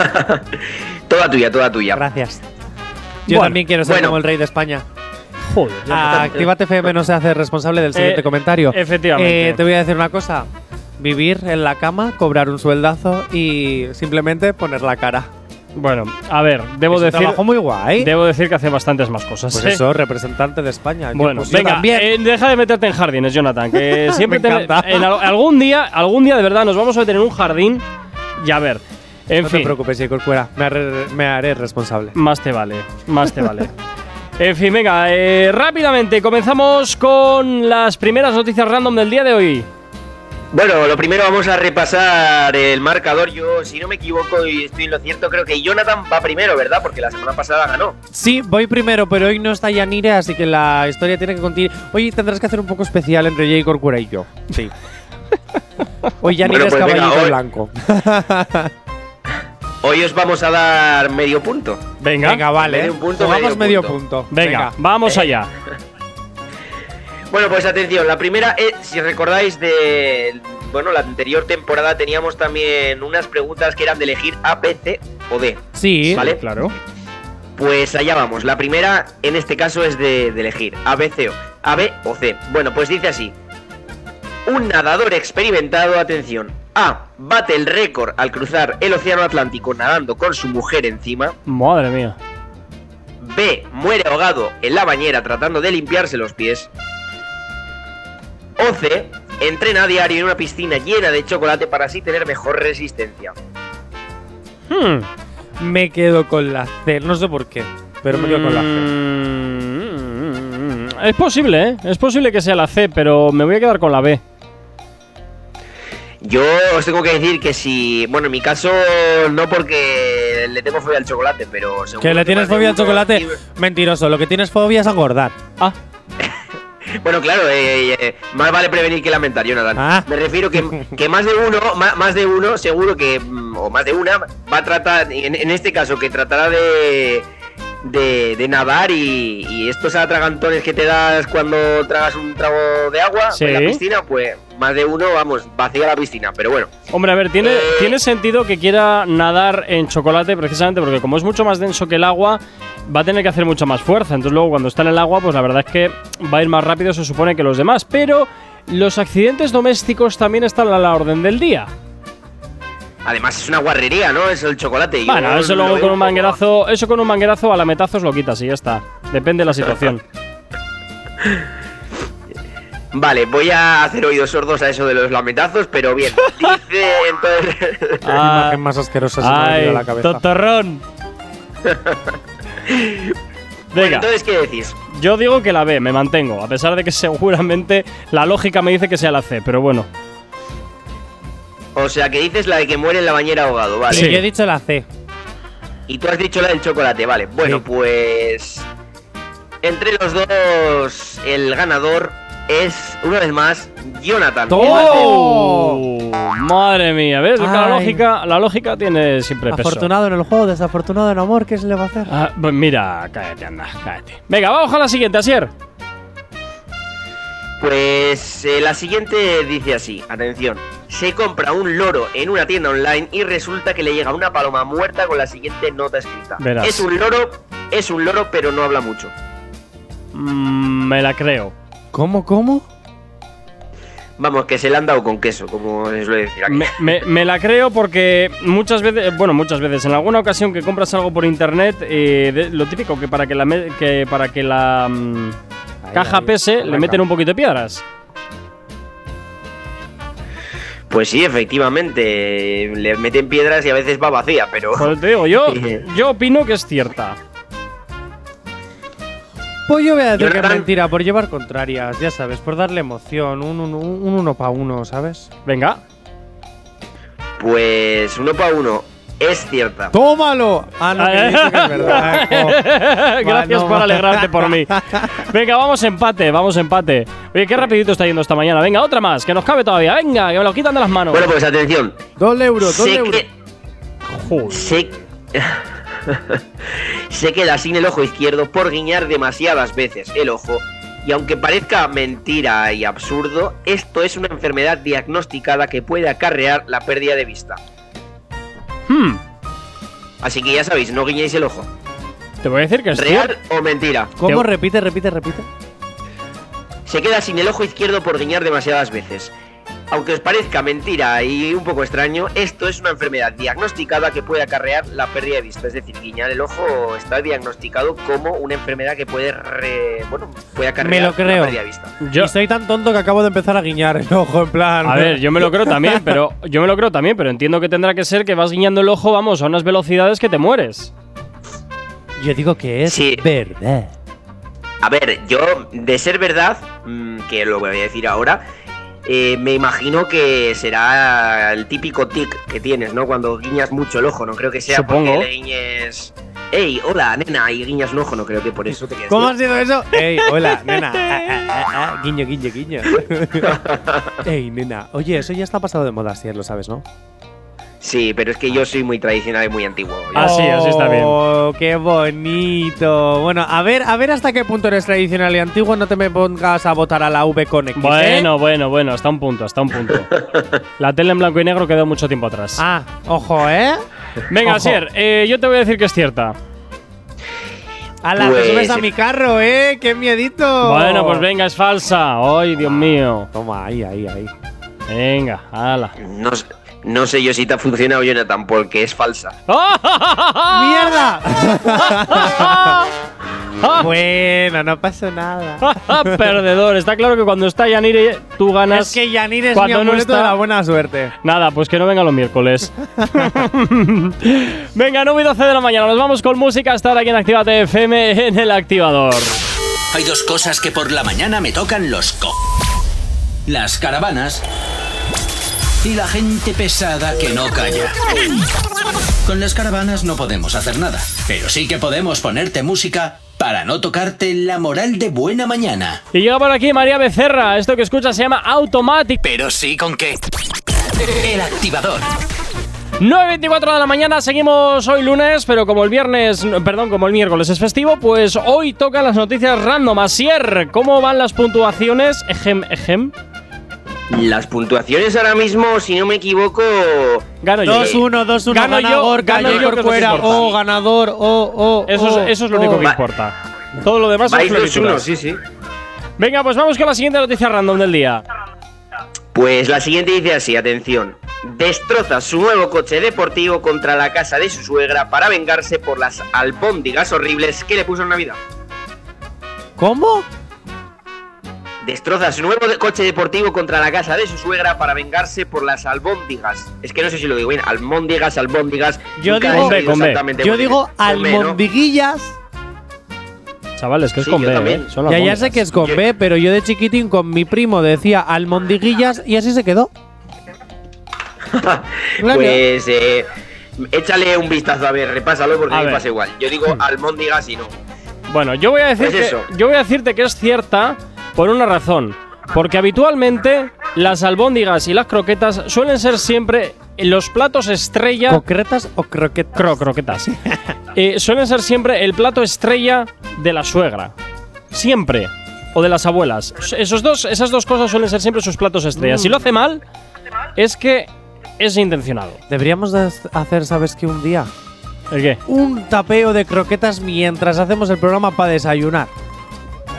[SPEAKER 1] Toda tuya, toda tuya.
[SPEAKER 3] Gracias. Yo
[SPEAKER 2] Bueno,
[SPEAKER 3] también quiero ser
[SPEAKER 1] bueno.
[SPEAKER 3] como el rey de España.
[SPEAKER 2] Joder.
[SPEAKER 3] Ah, Actívate FM no se hace responsable del siguiente
[SPEAKER 2] Eh,
[SPEAKER 3] comentario.
[SPEAKER 2] efectivamente.
[SPEAKER 3] Eh, te voy a decir una cosa. Vivir en la cama, cobrar un sueldazo y simplemente poner la cara.
[SPEAKER 2] Bueno, a ver, debo
[SPEAKER 3] Es un
[SPEAKER 2] decir.
[SPEAKER 3] trabajo muy guay.
[SPEAKER 2] Debo decir que hace bastantes más cosas.
[SPEAKER 3] Pues
[SPEAKER 2] ¿eh?
[SPEAKER 3] eso, representante de España. Yo,
[SPEAKER 2] Bueno,
[SPEAKER 3] pues yo
[SPEAKER 2] venga,
[SPEAKER 3] también.
[SPEAKER 2] eh, deja de meterte en jardines, Jonathan. Que siempre
[SPEAKER 3] Me
[SPEAKER 2] te-
[SPEAKER 3] encanta.
[SPEAKER 2] en al- algún día, algún día de verdad nos vamos a meter en un jardín y a ver. En
[SPEAKER 3] no te
[SPEAKER 2] fin, Mm.
[SPEAKER 3] preocupes, Jacob Cuera. Me haré, me haré responsable.
[SPEAKER 2] más te vale, más te vale. En fin, venga, eh, rápidamente comenzamos con las primeras noticias random del día de hoy.
[SPEAKER 1] Bueno, lo primero vamos a repasar el marcador. Yo, si no me equivoco y estoy en lo cierto, creo que Jonathan va primero, ¿verdad? Porque la semana pasada ganó.
[SPEAKER 3] Sí, voy primero, pero hoy no está Yanire, así que la historia tiene que continuar. Hoy tendrás que hacer un poco especial entre Jay Corcuera y yo. Sí. Hoy Yanire
[SPEAKER 1] Bueno, pues
[SPEAKER 3] es
[SPEAKER 1] venga,
[SPEAKER 3] caballito
[SPEAKER 1] hoy-
[SPEAKER 3] blanco.
[SPEAKER 1] Hoy os vamos a dar medio punto.
[SPEAKER 2] Venga,
[SPEAKER 3] Venga, Eh, vale.
[SPEAKER 1] Medio punto,
[SPEAKER 3] Jugamos medio
[SPEAKER 1] medio
[SPEAKER 3] punto.
[SPEAKER 2] venga, vamos allá.
[SPEAKER 1] Bueno, pues atención, la primera, eh, si recordáis de bueno, la anterior temporada teníamos también unas preguntas que eran de elegir A, B, C o D.
[SPEAKER 3] Sí,
[SPEAKER 1] Vale.
[SPEAKER 2] Claro.
[SPEAKER 1] Pues allá vamos. La primera, en este caso, es de, de elegir A, B, C o A, B o C. Bueno, pues dice así. Un nadador experimentado, atención. A. Bate el récord al cruzar el Océano Atlántico nadando con su mujer encima.
[SPEAKER 2] Madre mía.
[SPEAKER 1] B. Muere ahogado en la bañera tratando de limpiarse los pies. O C. Entrena a diario en una piscina llena de chocolate para así tener mejor resistencia.
[SPEAKER 2] Hmm,
[SPEAKER 3] me quedo con la C, no sé por qué. pero me quedo con la C.
[SPEAKER 2] Mm, Es posible, ¿eh? Es posible que sea la C, pero me voy a quedar con la B.
[SPEAKER 1] Yo os tengo que decir que si. Bueno, en mi caso, no porque le tengo fobia al chocolate, pero seguro
[SPEAKER 3] Que le tienes
[SPEAKER 1] más de
[SPEAKER 3] fobia al
[SPEAKER 1] uno-
[SPEAKER 3] chocolate. Mentiroso, lo que tienes fobia es engordar. Ah.
[SPEAKER 1] Bueno, claro, eh, eh, eh, más vale prevenir que lamentar, Jonathan.
[SPEAKER 3] Ah.
[SPEAKER 1] Me refiero que, que más de uno, ma- más, de uno, seguro que, mm, o más de una, va a tratar, en, en este caso, que tratará de, de, de nadar y, y estos atragantones que te das cuando tragas un trago de agua
[SPEAKER 2] Sí.
[SPEAKER 1] en la piscina, pues más de uno, vamos, vacía la piscina, pero bueno. Eh.
[SPEAKER 2] Hombre, a ver, tiene, tiene sentido que quiera nadar en chocolate precisamente porque como es mucho más denso que el agua, va a tener que hacer mucha más fuerza. Entonces luego cuando está en el agua, pues la verdad es que va a ir más rápido, se supone, que los demás. Pero los accidentes domésticos también están a la orden del día.
[SPEAKER 1] Además, es una guarrería, ¿no? Es el chocolate. Yo
[SPEAKER 2] Bueno, eso
[SPEAKER 1] no
[SPEAKER 2] luego
[SPEAKER 1] veo
[SPEAKER 2] con un
[SPEAKER 1] un poco-
[SPEAKER 2] manguerazo, eso con un manguerazo a la metazos lo quitas y ya está. Depende de la situación.
[SPEAKER 1] Vale, voy a hacer oídos sordos a eso de los lametazos, pero bien. Dice entonces.
[SPEAKER 3] Qué imagen más asquerosa se me ha venido a la cabeza.
[SPEAKER 2] Totorrón.
[SPEAKER 1] Bueno,
[SPEAKER 2] Venga.
[SPEAKER 1] entonces, ¿qué decís?
[SPEAKER 2] Yo digo que la B, me mantengo, a pesar de que seguramente la lógica me dice que sea la C, pero bueno.
[SPEAKER 1] O sea, que dices la de que muere en la bañera ahogado, vale.
[SPEAKER 2] Sí. Yo he
[SPEAKER 3] dicho la C.
[SPEAKER 1] Y tú has dicho la del chocolate, vale. Bueno, pues. Entre los dos, el ganador es, una vez más, Jonathan.
[SPEAKER 2] ¡Oh! Madre mía, ¿ves? La
[SPEAKER 3] ¡Oh! Ay.
[SPEAKER 2] lógica, la lógica tiene siempre peso.
[SPEAKER 3] Afortunado en el juego, desafortunado en amor, ¿qué se le va a hacer?
[SPEAKER 2] Ah, pues mira, cállate, anda, cállate. Venga, vamos con la siguiente, Asier.
[SPEAKER 1] Pues eh, la siguiente dice así, atención. Se compra un loro en una tienda online y resulta que le llega una paloma muerta con la siguiente nota escrita.
[SPEAKER 2] Verás.
[SPEAKER 1] Es un loro, es un loro, pero no habla mucho.
[SPEAKER 2] Mm, me la creo.
[SPEAKER 3] ¿Cómo, cómo?
[SPEAKER 1] Vamos, que se le han dado con queso, como les suele decir aquí.
[SPEAKER 2] Me, me- me la creo porque muchas veces, bueno, muchas veces, en alguna ocasión que compras algo por internet, eh, de- lo típico que para que la, me- que para que la mm, caja pese, le
[SPEAKER 1] arranca.
[SPEAKER 2] meten un poquito de piedras.
[SPEAKER 1] Pues sí, efectivamente, le meten piedras y a veces va vacía, pero...
[SPEAKER 2] Pues te digo, yo,
[SPEAKER 1] Eh,
[SPEAKER 2] yo opino que es cierta.
[SPEAKER 3] Pues yo voy a decir que es
[SPEAKER 2] Jonathan.
[SPEAKER 3] mentira, por llevar contrarias, ya sabes, por darle emoción, un, un- un uno para uno, ¿sabes?
[SPEAKER 2] Venga.
[SPEAKER 1] Pues uno para uno, es cierta.
[SPEAKER 3] ¡Tómalo! Ah, no, que he dicho que es verdad. eh,
[SPEAKER 2] Gracias
[SPEAKER 3] no.
[SPEAKER 2] por alegrarte por mí. Venga, vamos empate, vamos empate. Oye, qué rapidito está yendo esta mañana. Venga, otra más, que nos cabe todavía. Venga, que me lo quitan de las manos.
[SPEAKER 1] Bueno, pues atención.
[SPEAKER 3] Dos euros, dos
[SPEAKER 1] Sé
[SPEAKER 3] euros.
[SPEAKER 1] que- Sé... sé que da sin el ojo izquierdo por guiñar demasiadas veces el ojo. Y aunque parezca mentira y absurdo, esto es una enfermedad diagnosticada que puede acarrear la pérdida de vista.
[SPEAKER 2] Hmm,
[SPEAKER 1] Así que ya sabéis, no guiñéis el ojo.
[SPEAKER 2] te voy a decir que es
[SPEAKER 1] ¿Real
[SPEAKER 2] cierta.
[SPEAKER 1] o mentira?
[SPEAKER 3] ¿Cómo? Repite, repite, repite.
[SPEAKER 1] Se queda sin el ojo izquierdo por guiñar demasiadas veces. Aunque os parezca mentira y un poco extraño, esto es una enfermedad diagnosticada que puede acarrear la pérdida de vista. Es decir, guiñar el ojo está diagnosticado como una enfermedad que puede, re- bueno, puede acarrear
[SPEAKER 3] Me lo creo.
[SPEAKER 1] la pérdida de vista.
[SPEAKER 2] Yo-
[SPEAKER 3] Y soy tan tonto que acabo de empezar a guiñar el ojo, en plan.
[SPEAKER 2] A ver, yo me lo creo también, pero yo me lo creo también, pero entiendo que tendrá que ser que vas guiñando el ojo, vamos, a unas velocidades que te mueres.
[SPEAKER 3] Yo digo que es
[SPEAKER 1] Sí.
[SPEAKER 3] verdad.
[SPEAKER 1] A ver, yo, de ser verdad, mm, que lo voy a decir ahora, eh, me imagino que será el típico tic que tienes, ¿no? Cuando guiñas mucho el ojo, no creo que sea
[SPEAKER 2] Supongo.
[SPEAKER 1] porque le guiñes. ¡Ey, hola, nena! Y guiñas un ojo, no creo que por eso te quedes.
[SPEAKER 3] ¿Cómo ha sido eso? Ey, hola, nena. Ah, ah, ah, ah, Guiño, guiño, guiño. Ey, nena. Oye, eso ya está pasado de moda, si lo sabes, ¿no?
[SPEAKER 1] Sí, pero es que yo soy muy tradicional y muy antiguo. Yo-
[SPEAKER 2] Ah, sí, así está bien.
[SPEAKER 3] Oh, qué bonito. Bueno, a ver, a ver hasta qué punto eres tradicional y antiguo. No te me pongas a votar a la V con X. ¿eh?
[SPEAKER 2] Bueno, bueno, bueno, hasta un punto, hasta un punto. La tele en blanco y negro quedó mucho tiempo atrás.
[SPEAKER 3] Ah, ojo, ¿eh?
[SPEAKER 2] Venga,
[SPEAKER 3] ojo.
[SPEAKER 2] Asier, eh, yo te voy a decir que es cierta.
[SPEAKER 3] A la
[SPEAKER 1] Pues-
[SPEAKER 3] que subes a mi carro, ¿eh? ¡Qué miedito!
[SPEAKER 2] Bueno, pues venga, es falsa. Ay, Dios mío.
[SPEAKER 3] Toma, ahí, ahí, ahí.
[SPEAKER 2] Venga, ala.
[SPEAKER 1] No, s- no sé yo si te ha funcionado, Jonathan, porque es falsa.
[SPEAKER 3] ¡Mierda! Bueno, no pasó nada.
[SPEAKER 2] Perdedor. Está claro que cuando está Yanire, tú ganas.
[SPEAKER 3] Es que Yanir es mi
[SPEAKER 2] Cuando no
[SPEAKER 3] amuleto
[SPEAKER 2] está-
[SPEAKER 3] de la buena suerte.
[SPEAKER 2] Nada, pues que no venga los miércoles. venga, 9 y 12 de la mañana. Nos vamos con música hasta ahora aquí en Actívate FM en el activador.
[SPEAKER 1] Hay dos cosas que por la mañana me tocan los co. Las caravanas y la gente pesada que no calla. Con las caravanas no podemos hacer nada, pero sí que podemos ponerte música para no tocarte la moral de buena mañana.
[SPEAKER 2] Y llega por aquí María Becerra. Esto que escuchas se llama Automatic.
[SPEAKER 1] Pero sí con qué. El activador.
[SPEAKER 2] 9.24 de la mañana, seguimos hoy lunes, pero como el viernes, no, perdón, como el miércoles es festivo, pues hoy tocan las noticias random. Asier, ¿cómo van las puntuaciones? Ejem, ejem.
[SPEAKER 13] Las puntuaciones ahora mismo, si no me equivoco.
[SPEAKER 2] Gano
[SPEAKER 3] 2-1, 2-1,
[SPEAKER 2] Gano
[SPEAKER 3] gana
[SPEAKER 2] yo,
[SPEAKER 3] Gorka,
[SPEAKER 2] gano
[SPEAKER 3] Jordi
[SPEAKER 2] yo, que es lo que
[SPEAKER 3] Corcuera,
[SPEAKER 2] importa.
[SPEAKER 3] oh, ganador, oh, oh,
[SPEAKER 2] Eso,
[SPEAKER 3] oh,
[SPEAKER 2] es, eso es lo único
[SPEAKER 3] oh.
[SPEAKER 2] que importa. Todo lo demás son
[SPEAKER 13] Vais 2-1,
[SPEAKER 2] florituras.
[SPEAKER 13] sí, sí.
[SPEAKER 2] Venga, pues vamos con la siguiente noticia random del día.
[SPEAKER 13] Pues la siguiente dice así, atención. Destroza su nuevo coche deportivo contra la casa de su suegra para vengarse por las albóndigas horribles que le puso en Navidad.
[SPEAKER 3] ¿Cómo?
[SPEAKER 13] Destroza su nuevo de- coche deportivo contra la casa de su suegra para vengarse por las albóndigas. Es que no sé si lo digo bien, albóndigas, albóndigas.
[SPEAKER 3] Yo
[SPEAKER 13] nunca he
[SPEAKER 3] digo,
[SPEAKER 13] sabido
[SPEAKER 2] con B.
[SPEAKER 13] exactamente
[SPEAKER 3] yo
[SPEAKER 13] cuál es.
[SPEAKER 3] digo
[SPEAKER 13] Con B, ¿no?
[SPEAKER 3] almondiguillas.
[SPEAKER 2] Chavales, que es
[SPEAKER 13] Sí,
[SPEAKER 2] con
[SPEAKER 13] yo
[SPEAKER 2] B, ¿eh?
[SPEAKER 13] también.
[SPEAKER 2] Son
[SPEAKER 3] Ya, ya
[SPEAKER 2] albóndigas.
[SPEAKER 3] sé que es con B, pero yo de chiquitín con mi primo decía almondiguillas y así se quedó. Claro.
[SPEAKER 13] Pues eh, échale un vistazo a ver, repásalo porque
[SPEAKER 2] A
[SPEAKER 13] a mí
[SPEAKER 2] ver.
[SPEAKER 13] pasa igual. Yo digo albóndigas y no.
[SPEAKER 2] Bueno, yo voy a decir
[SPEAKER 13] Pues eso.
[SPEAKER 2] que, yo voy a decirte que es cierta por una razón, porque habitualmente las albóndigas y las croquetas suelen ser siempre los platos estrella.
[SPEAKER 3] ¿Concretas o croquetas?
[SPEAKER 2] Cro croquetas. Eh, suelen ser siempre el plato estrella de la suegra. Siempre. O de las abuelas. Esos dos, esas dos cosas suelen ser siempre sus platos
[SPEAKER 3] Mm.
[SPEAKER 2] estrella. Si lo hace mal, es que es intencionado.
[SPEAKER 3] Deberíamos de hacer, ¿sabes qué? Un día.
[SPEAKER 2] ¿El qué?
[SPEAKER 3] Un tapeo de croquetas mientras hacemos el programa para desayunar.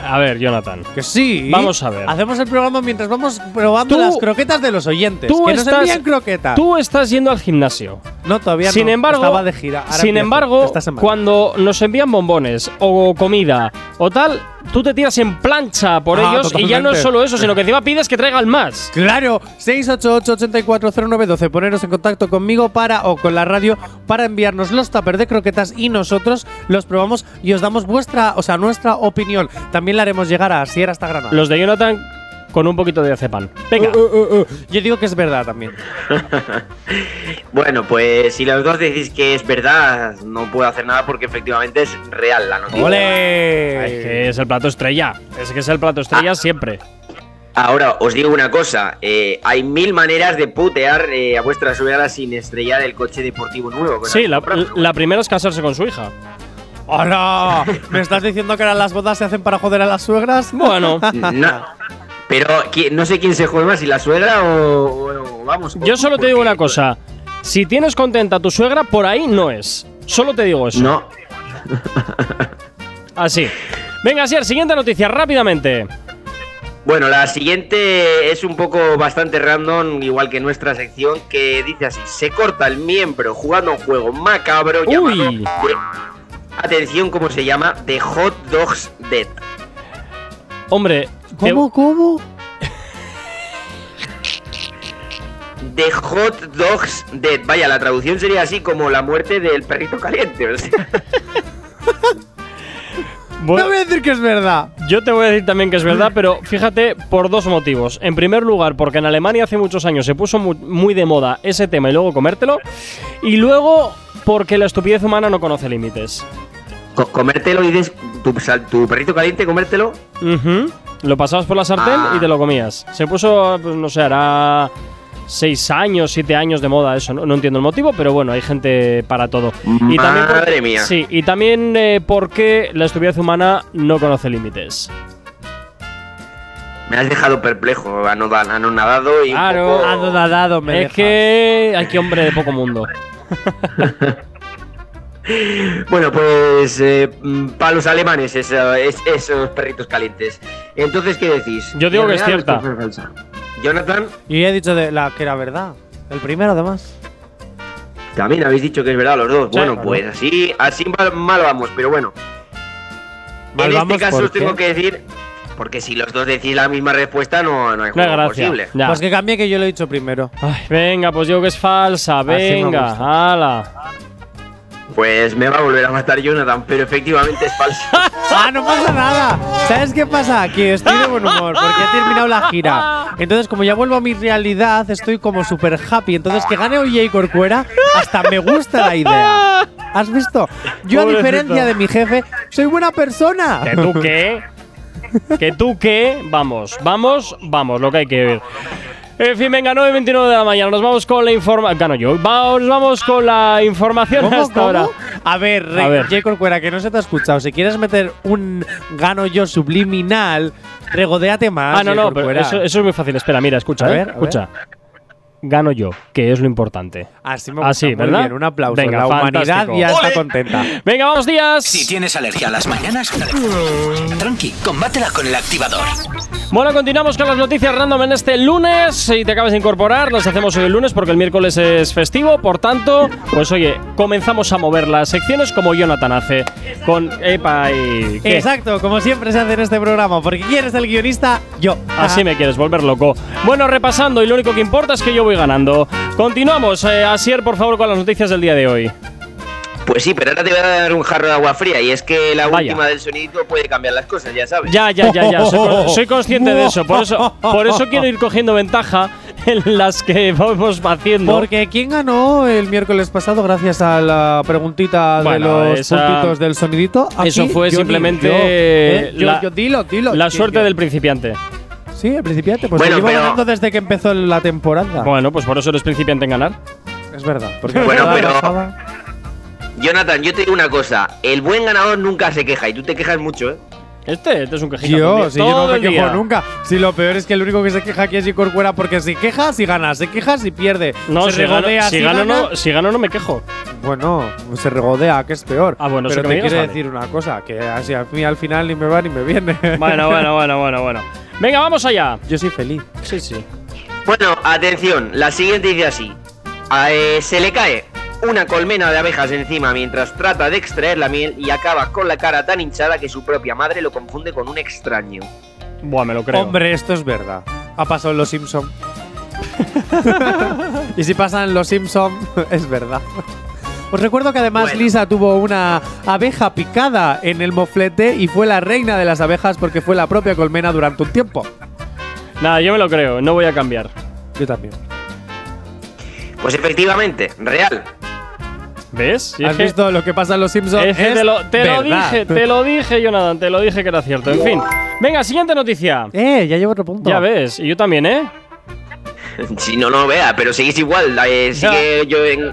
[SPEAKER 2] A ver, Jonathan.
[SPEAKER 3] Que sí.
[SPEAKER 2] Vamos a ver.
[SPEAKER 3] Hacemos el programa mientras vamos probando
[SPEAKER 2] Tú-
[SPEAKER 3] las croquetas de los oyentes.
[SPEAKER 2] tú
[SPEAKER 3] que
[SPEAKER 2] estás-
[SPEAKER 3] nos envían croquetas.
[SPEAKER 2] Tú estás yendo al gimnasio.
[SPEAKER 3] no, todavía
[SPEAKER 2] sin
[SPEAKER 3] no.
[SPEAKER 2] embargo,
[SPEAKER 3] Estaba de gira. Ahora
[SPEAKER 2] sin
[SPEAKER 3] empiezo,
[SPEAKER 2] embargo,
[SPEAKER 3] esta semana.
[SPEAKER 2] cuando nos envían bombones o comida o tal, tú te tiras en plancha por
[SPEAKER 3] Ah,
[SPEAKER 2] ellos y ya no es
[SPEAKER 3] totalmente.
[SPEAKER 2] solo eso, sino que encima pides que traigan más.
[SPEAKER 3] Claro, 688-840912. Poneros en contacto conmigo para o con la radio para enviarnos los tapers de croquetas y nosotros los probamos y os damos vuestra, o sea, nuestra opinión. También la haremos llegar a Sierra hasta Granada.
[SPEAKER 2] Los de Jonathan con un poquito de acepan. Venga.
[SPEAKER 3] Uh, uh, uh. Yo digo que es verdad también.
[SPEAKER 13] Bueno, pues si los dos decís que es verdad, no puedo hacer nada porque efectivamente es real la noticia.
[SPEAKER 2] Es que es el plato estrella. Es que es el plato
[SPEAKER 3] Ah.
[SPEAKER 2] estrella siempre.
[SPEAKER 13] Ahora, os digo una cosa, eh, hay mil maneras de putear eh, a vuestra suegra sin estrellar el coche deportivo nuevo. que
[SPEAKER 2] Sí,
[SPEAKER 13] os
[SPEAKER 2] la,
[SPEAKER 13] compráis.
[SPEAKER 2] la primera es casarse con su hija.
[SPEAKER 3] ¡Hola! ¿Me estás diciendo que ahora las bodas se hacen para joder a las suegras?
[SPEAKER 2] Bueno,
[SPEAKER 13] No. Pero qui- no sé quién se juega más, si la suegra o, o- o- vamos. o
[SPEAKER 2] yo
[SPEAKER 13] tú,
[SPEAKER 2] solo te digo
[SPEAKER 13] porque-
[SPEAKER 2] una cosa. Si tienes contenta a tu suegra, por ahí no es. Solo te digo eso.
[SPEAKER 13] No,
[SPEAKER 2] Así. Venga, Sier, siguiente noticia, rápidamente.
[SPEAKER 13] Bueno, la siguiente es un poco bastante random, igual que nuestra sección, que dice así: se corta el miembro jugando a un juego macabro llamado.
[SPEAKER 2] Uy.
[SPEAKER 13] de- atención, ¿cómo se llama? The Hot Dogs Dead.
[SPEAKER 2] Hombre, te-
[SPEAKER 3] ¿Cómo, cómo?
[SPEAKER 13] The Hot Dogs Dead. Vaya, la traducción sería así como la muerte del perrito caliente. o sea.
[SPEAKER 2] bueno,
[SPEAKER 3] No voy a decir que es verdad.
[SPEAKER 2] yo te voy a decir también que es verdad, pero fíjate por dos motivos. En primer lugar, porque en Alemania hace muchos años se puso mu- muy, de moda ese tema y luego comértelo. Y luego, porque la estupidez humana no conoce límites.
[SPEAKER 13] Co- comértelo y des. Tu, sal- tu perrito caliente, comértelo.
[SPEAKER 2] Ujú. Lo pasabas por la sartén
[SPEAKER 13] Ah.
[SPEAKER 2] y te lo comías. Se puso, pues, no sé, hará seis años, siete años de moda eso. No, no entiendo el motivo, pero bueno, hay gente para todo.
[SPEAKER 13] Madre
[SPEAKER 2] porque-
[SPEAKER 13] mía.
[SPEAKER 2] Sí, y también eh, porque la estupidez humana no conoce límites.
[SPEAKER 13] Me has dejado perplejo, anoda- anonadado y. un
[SPEAKER 2] Claro,
[SPEAKER 13] poco-
[SPEAKER 3] Adodadado, me
[SPEAKER 2] es que hay que hombre de poco mundo.
[SPEAKER 13] Bueno, pues eh, para los alemanes esa- es- esos perritos calientes. Entonces, ¿qué decís?
[SPEAKER 2] Yo digo que es
[SPEAKER 13] real o
[SPEAKER 2] cierta.
[SPEAKER 13] es falsa? Jonathan,
[SPEAKER 3] Yo ya he dicho de la que era verdad. El primero, además.
[SPEAKER 13] también habéis dicho que es verdad los dos. pues,
[SPEAKER 2] Sí,
[SPEAKER 13] bueno,
[SPEAKER 2] claro.
[SPEAKER 13] pues así, así mal, mal vamos, pero bueno. en
[SPEAKER 3] Malvamos,
[SPEAKER 13] este caso
[SPEAKER 3] ¿por
[SPEAKER 13] os tengo
[SPEAKER 3] qué?
[SPEAKER 13] que decir, porque si los dos decís la misma respuesta, no,
[SPEAKER 2] No
[SPEAKER 13] no hay
[SPEAKER 2] hay
[SPEAKER 13] juego
[SPEAKER 2] gracia.
[SPEAKER 13] posible.
[SPEAKER 2] Ya.
[SPEAKER 3] Pues que cambie que yo lo he dicho primero.
[SPEAKER 2] Venga, pues digo que es falsa.
[SPEAKER 3] me
[SPEAKER 2] Venga,
[SPEAKER 3] gusta.
[SPEAKER 2] ala.
[SPEAKER 13] Pues me va a volver a matar Jonathan, pero efectivamente es falso.
[SPEAKER 3] ¡Ah, no pasa nada! ¿Sabes qué pasa? Que estoy de buen humor porque he terminado la gira. Entonces, como ya vuelvo a mi realidad, estoy como súper happy. Entonces, que gane OJ Corcuera, hasta me gusta la idea. ¿Has visto? Yo, a
[SPEAKER 2] Pobrecito.
[SPEAKER 3] diferencia de mi jefe, soy buena persona.
[SPEAKER 2] ¿Que tú qué? ¿Que tú qué? Vamos, vamos, vamos, lo que hay que ver. En fin, venga, 9 y 29 de la mañana. Nos vamos con la información. Gano yo. Vamos, vamos con la información
[SPEAKER 3] ¿Cómo,
[SPEAKER 2] hasta
[SPEAKER 3] cómo?
[SPEAKER 2] ahora.
[SPEAKER 3] A ver,
[SPEAKER 2] A ver.
[SPEAKER 3] J. Corcuera, que no se te ha escuchado. Si quieres meter un gano yo subliminal, regodeate más.
[SPEAKER 2] Ah, no,
[SPEAKER 3] J.
[SPEAKER 2] no, pero
[SPEAKER 3] Corcuera.
[SPEAKER 2] eso, eso es muy fácil. Espera, mira, escucha,
[SPEAKER 3] A
[SPEAKER 2] eh,
[SPEAKER 3] ver, a
[SPEAKER 2] escucha. Gano yo, que es lo importante.
[SPEAKER 3] Así me gusta.
[SPEAKER 2] Así,
[SPEAKER 3] muy
[SPEAKER 2] Ah, ¿verdad?
[SPEAKER 3] bien, un aplauso.
[SPEAKER 2] Venga,
[SPEAKER 3] la humanidad
[SPEAKER 2] fantástico.
[SPEAKER 3] ya
[SPEAKER 2] ¡Ole!
[SPEAKER 3] está contenta.
[SPEAKER 2] Venga, vamos días.
[SPEAKER 1] Si tienes alergia a las mañanas, tranqui, combátela con el activador.
[SPEAKER 2] Bueno, continuamos con las noticias random en este lunes. Si te acabas de incorporar, las hacemos hoy el lunes porque el miércoles es festivo. Por tanto, pues oye, comenzamos a mover las secciones como Jonathan hace. Con Epa y. ¿qué?
[SPEAKER 3] Exacto, como siempre se hace en este programa, porque quién es el guionista, yo.
[SPEAKER 2] Así me quieres volver loco. Bueno, repasando, y lo único que importa es que yo voy ganando. Continuamos. Eh, Asier, por favor, con las noticias del día de hoy.
[SPEAKER 13] Pues sí, pero ahora te voy a dar un jarro de agua fría y es que la
[SPEAKER 2] Vaya.
[SPEAKER 13] última del sonidito puede cambiar las cosas, ya sabes.
[SPEAKER 2] Ya, ya, ya, ya. Soy, con- soy consciente de eso. Por eso, por eso quiero ir cogiendo ventaja en las que vamos haciendo.
[SPEAKER 3] Porque ¿quién ganó el miércoles pasado gracias a la preguntita
[SPEAKER 2] Bueno,
[SPEAKER 3] de los
[SPEAKER 2] esa-
[SPEAKER 3] puntitos del sonidito?
[SPEAKER 2] eso
[SPEAKER 3] Aquí,
[SPEAKER 2] fue
[SPEAKER 3] yo ni-
[SPEAKER 2] simplemente
[SPEAKER 3] yo, ¿eh? Yo-
[SPEAKER 2] la,
[SPEAKER 3] yo- dilo, dilo.
[SPEAKER 2] la
[SPEAKER 3] Que
[SPEAKER 2] suerte
[SPEAKER 3] yo-
[SPEAKER 2] del principiante.
[SPEAKER 3] Sí, el principiante. Pues
[SPEAKER 13] Bueno,
[SPEAKER 3] lo llevo
[SPEAKER 13] pero-
[SPEAKER 3] ganando desde que empezó la temporada.
[SPEAKER 2] Bueno, pues por eso eres principiante en ganar.
[SPEAKER 3] Es verdad. Porque la
[SPEAKER 13] Bueno,
[SPEAKER 3] temporada
[SPEAKER 13] pero-
[SPEAKER 3] pasada-
[SPEAKER 13] Jonathan, yo te digo una cosa, el buen ganador nunca se queja y tú te quejas mucho, ¿eh?
[SPEAKER 2] Este, este es un quejito.
[SPEAKER 3] Yo, si yo no me quejo nunca. Si lo peor es que el único que se queja aquí es Icor Cuera, porque si queja, si gana, se queja, si pierde.
[SPEAKER 2] No,
[SPEAKER 3] se
[SPEAKER 2] si gano,
[SPEAKER 3] regodea,
[SPEAKER 2] si
[SPEAKER 3] si
[SPEAKER 2] gano,
[SPEAKER 3] gana.
[SPEAKER 2] no, si gano no me quejo.
[SPEAKER 3] Bueno, se regodea, que es peor.
[SPEAKER 2] Ah, bueno, eso
[SPEAKER 3] pero
[SPEAKER 2] que me
[SPEAKER 3] te
[SPEAKER 2] digas,
[SPEAKER 3] quiere
[SPEAKER 2] vale.
[SPEAKER 3] decir una cosa, que así a mí al final ni me va ni me viene.
[SPEAKER 2] Bueno, bueno, bueno, bueno, bueno. Venga, vamos allá.
[SPEAKER 3] Yo soy feliz.
[SPEAKER 2] Sí, sí.
[SPEAKER 13] Bueno, atención, la siguiente dice así. A, eh, se le cae una colmena de abejas encima mientras trata de extraer la miel y acaba con la cara tan hinchada que su propia madre lo confunde con un extraño.
[SPEAKER 2] Buah, me lo creo.
[SPEAKER 3] Hombre, esto es verdad. Ha pasado en Los Simpson. y si pasan Los Simpson, es verdad. Os recuerdo que además
[SPEAKER 13] Bueno.
[SPEAKER 3] Lisa tuvo una abeja picada en el moflete y fue la reina de las abejas porque fue la propia colmena durante un tiempo.
[SPEAKER 2] Nada, yo me lo creo, no voy a cambiar.
[SPEAKER 3] Yo también.
[SPEAKER 13] Pues efectivamente, real.
[SPEAKER 2] ¿Ves? Si es
[SPEAKER 3] ¿Has
[SPEAKER 2] que-
[SPEAKER 3] visto lo que pasa en Los Simpson?
[SPEAKER 2] es que
[SPEAKER 3] Es
[SPEAKER 2] te lo, te lo
[SPEAKER 3] verdad.
[SPEAKER 2] dije, te lo dije, Jonathan, te lo dije que era cierto. En fin. Venga, siguiente noticia.
[SPEAKER 3] Eh, ya llevo otro punto.
[SPEAKER 2] Ya ves, y yo también, ¿eh?
[SPEAKER 13] Si no, no vea, pero seguís igual. eh, sigue yo en-